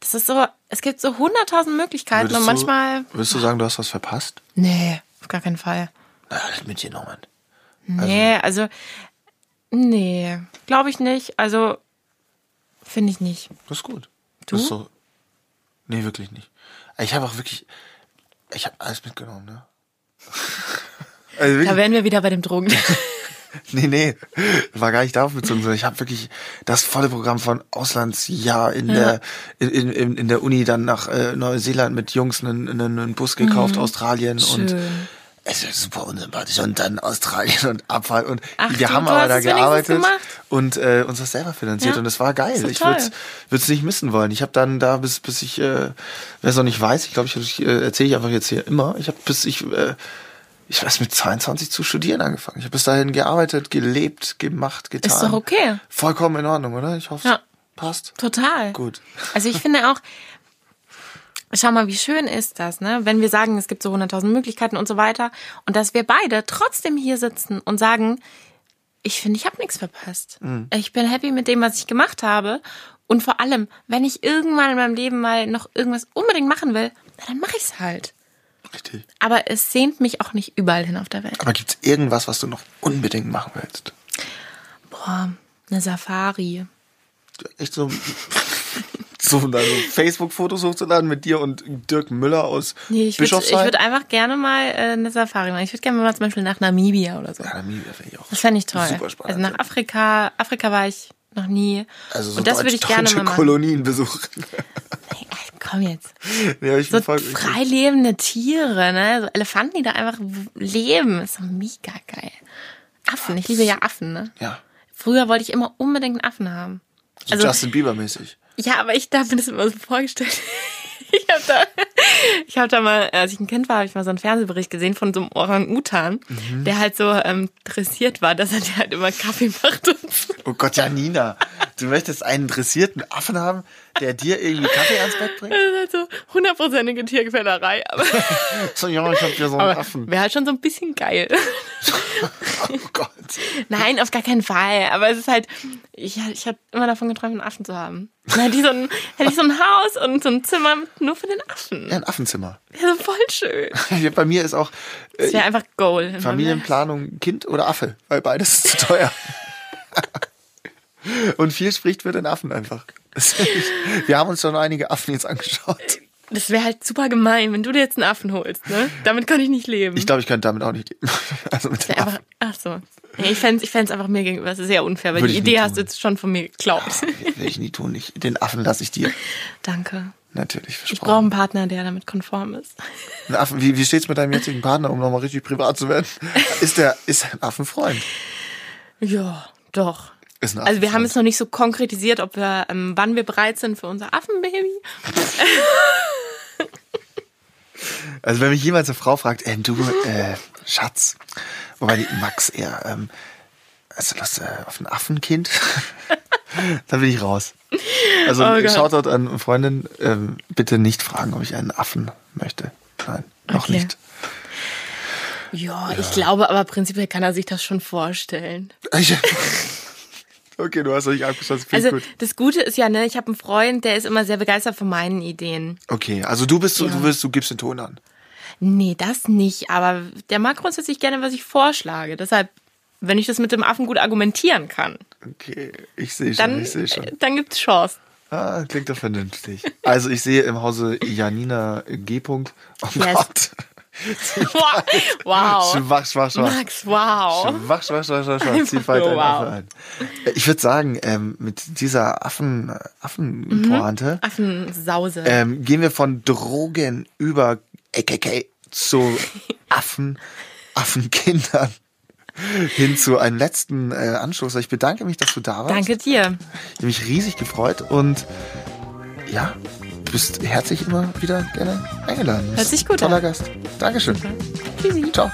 A: Das ist so, es gibt so hunderttausend Möglichkeiten und manchmal,
B: Du, Mhm. würdest du sagen, du hast was verpasst?
A: nee, auf gar keinen Fall.
B: Na, halt das mitgenommen.
A: Nee, also, nee, glaube ich nicht. Also, finde ich nicht.
B: Das ist gut.
A: Du?
B: Das ist so. Nee, wirklich nicht. Ich habe auch wirklich. Ich habe alles mitgenommen, ne? Also wirklich,
A: Da wären wir wieder bei dem Drogen.
B: Nee, nee, war gar nicht darauf bezogen, sondern ich habe wirklich das volle Programm von Auslandsjahr in der in, in- in, in der Uni dann nach äh, Neuseeland mit Jungs einen, einen, einen Bus gekauft, Australien und
A: Mhm. Schön.
B: es ist super unsympathisch und dann Australien und Abfall und
A: Ach
B: wir
A: du,
B: haben
A: du
B: aber
A: hast
B: da
A: es wenigstens
B: gearbeitet
A: gemacht.
B: und äh, uns das selber finanziert
A: Ja,
B: und es war geil.
A: ist doch
B: Ich
A: toll.
B: würde es nicht missen wollen. Ich habe dann da bis bis ich äh, wer es noch nicht weiß, ich glaube, ich äh, erzähle ich einfach jetzt hier immer. Ich habe bis ich äh, ich weiß mit 22 zu studieren angefangen. Ich habe bis dahin gearbeitet, gelebt, gemacht, getan.
A: Ist doch okay.
B: Vollkommen in Ordnung, oder? Ich hoffe,
A: Ja.
B: passt.
A: Total.
B: Gut.
A: Also ich finde auch, schau mal, wie schön ist das, ne? Wenn wir sagen, es gibt so 100.000 Möglichkeiten und so weiter und dass wir beide trotzdem hier sitzen und sagen, ich finde, ich habe nichts verpasst. Ich bin happy mit dem, was ich gemacht habe. Und vor allem, wenn ich irgendwann in meinem Leben mal noch irgendwas unbedingt machen will, na, dann mache ich es halt.
B: Richtig.
A: Aber es sehnt mich auch nicht überall hin auf der Welt.
B: Aber gibt's irgendwas, was du noch unbedingt machen willst?
A: Boah, eine Safari.
B: Echt so so also Facebook-Fotos hochzuladen mit dir und Dirk Müller aus
A: Nee, ich würde ich
B: Bischofsheim.
A: würd einfach gerne mal äh, eine Safari machen. Ich würde gerne mal zum Beispiel nach Namibia oder so.
B: ja, Namibia finde ich auch.
A: Das fände ich toll.
B: Super spannend.
A: Also nach Afrika. Afrika war ich noch nie.
B: Also so
A: Und das
B: deutsch,
A: würde ich gerne
B: deutsche
A: mal machen.
B: Kolonien besuchen.
A: Hey, komm jetzt.
B: ja, ich
A: So
B: bin voll, ich,
A: frei lebende Tiere, ne? So Elefanten, die da einfach w- leben. Ist doch mega geil. Affen, ich liebe ja Affen, ne?
B: ja.
A: Früher wollte ich immer unbedingt einen Affen haben.
B: So
A: Also-
B: Justin Bieber mäßig.
A: Ja, aber ich da bin das immer so vorgestellt. Ich habe da, ich hab da mal, als ich ein Kind war, habe ich mal so einen Fernsehbericht gesehen von so einem Orang-Utan,
B: Mhm.
A: der halt so ähm, dressiert war, dass er dir halt immer Kaffee macht und so.
B: Oh Gott, Janina, du möchtest einen dressierten Affen haben, der dir irgendwie Kaffee ans Bett bringt?
A: Das ist halt so hundertprozentige Tierquälerei. Aber,
B: So, ja, ich hab hier so einen
A: aber
B: Affen.
A: wäre halt schon so ein bisschen geil.
B: Oh Gott.
A: Nein, auf gar keinen Fall. Aber es ist halt, ich, ich habe immer davon geträumt, einen Affen zu haben. Dann hätte ich, so ein, hätte ich so ein Haus und so ein Zimmer nur für den Affen.
B: Ja, ein Affenzimmer.
A: Wäre so voll schön.
B: Ja, Bei mir ist auch
A: Das
B: äh,
A: wäre einfach Goal.
B: Familienplanung Kind oder Affe, weil beides ist zu teuer. Und viel spricht für den Affen einfach. Wir haben uns schon einige Affen jetzt angeschaut.
A: Das wäre halt super gemein, wenn du dir jetzt einen Affen holst, ne? Damit kann ich nicht leben.
B: Ich glaube, ich könnte damit auch nicht leben. Also mit dem
A: Wär einfach, ach so. Nee, ich fänd's, ich fänd's einfach mir gegenüber. Das ist sehr unfair, weil
B: Würde
A: die
B: ich nie
A: Idee hast du
B: tun.
A: jetzt schon von mir geklaut.
B: Affen will ich nie tun. Ich, den Affen lasse ich dir.
A: Danke.
B: Natürlich,
A: Ich brauche
B: versprochen.
A: einen Partner, der damit konform ist.
B: Ein Affen, wie, wie steht's mit deinem jetzigen Partner, um nochmal richtig privat zu werden? Ist der, ist ein Affenfreund?
A: Ja, doch.
B: Ist ein
A: Also wir haben
B: Affenfreund.
A: jetzt noch nicht so konkretisiert, ob wir, ähm, wann wir bereit sind für unser Affenbaby.
B: Also wenn mich jemals eine Frau fragt, ähm, du, äh, Schatz, wobei die Max eher, ähm, hast du Lust äh, auf ein Affenkind? Dann bin ich raus. Also
A: Oh Gott.
B: Shoutout an Freundin, ähm, bitte nicht fragen, ob ich einen Affen möchte. Nein, noch
A: Okay.
B: nicht.
A: Ja, ich glaube, aber prinzipiell kann er sich das schon vorstellen.
B: Ich, okay, du hast dich abgeschlossen. Finde
A: Also
B: ich gut.
A: das Gute ist ja, ne, ich habe einen Freund, der ist immer sehr begeistert von meinen Ideen.
B: Okay, also du bist so,
A: Ja.
B: du bist, du gibst den Ton an.
A: Nee, das nicht. Aber der mag grundsätzlich gerne, was ich vorschlage. Deshalb, wenn ich das mit dem Affen gut argumentieren kann,
B: Okay, ich sehe schon,
A: dann,
B: ich sehe schon.
A: äh, dann gibt's Chancen.
B: Ah, klingt doch vernünftig. Also ich sehe im Hause Janina G. Punkt. Oh
A: Yes.
B: Gott.
A: Wow. wow.
B: Schwach, schwach, schwach.
A: Max, wow.
B: Schwach, schwach, schwach, schwach, schwach.
A: Einfach
B: Zieh
A: nur
B: weiter wow.
A: wow.
B: Affe ein. Äh, Ich würde sagen, ähm, mit dieser Affen, Affenpointe
A: Mhm. Affensause.
B: ähm, gehen wir von Drogen über AKK zu Affen, Affenkindern hin zu einem letzten äh, Anschluss. Ich bedanke mich, dass du da warst.
A: Danke dir.
B: Ich habe mich riesig gefreut und ja, du bist herzlich immer wieder gerne eingeladen.
A: Hört sich gut
B: Toller
A: an.
B: Gast. Dankeschön.
A: Tschüssi.
B: Ciao.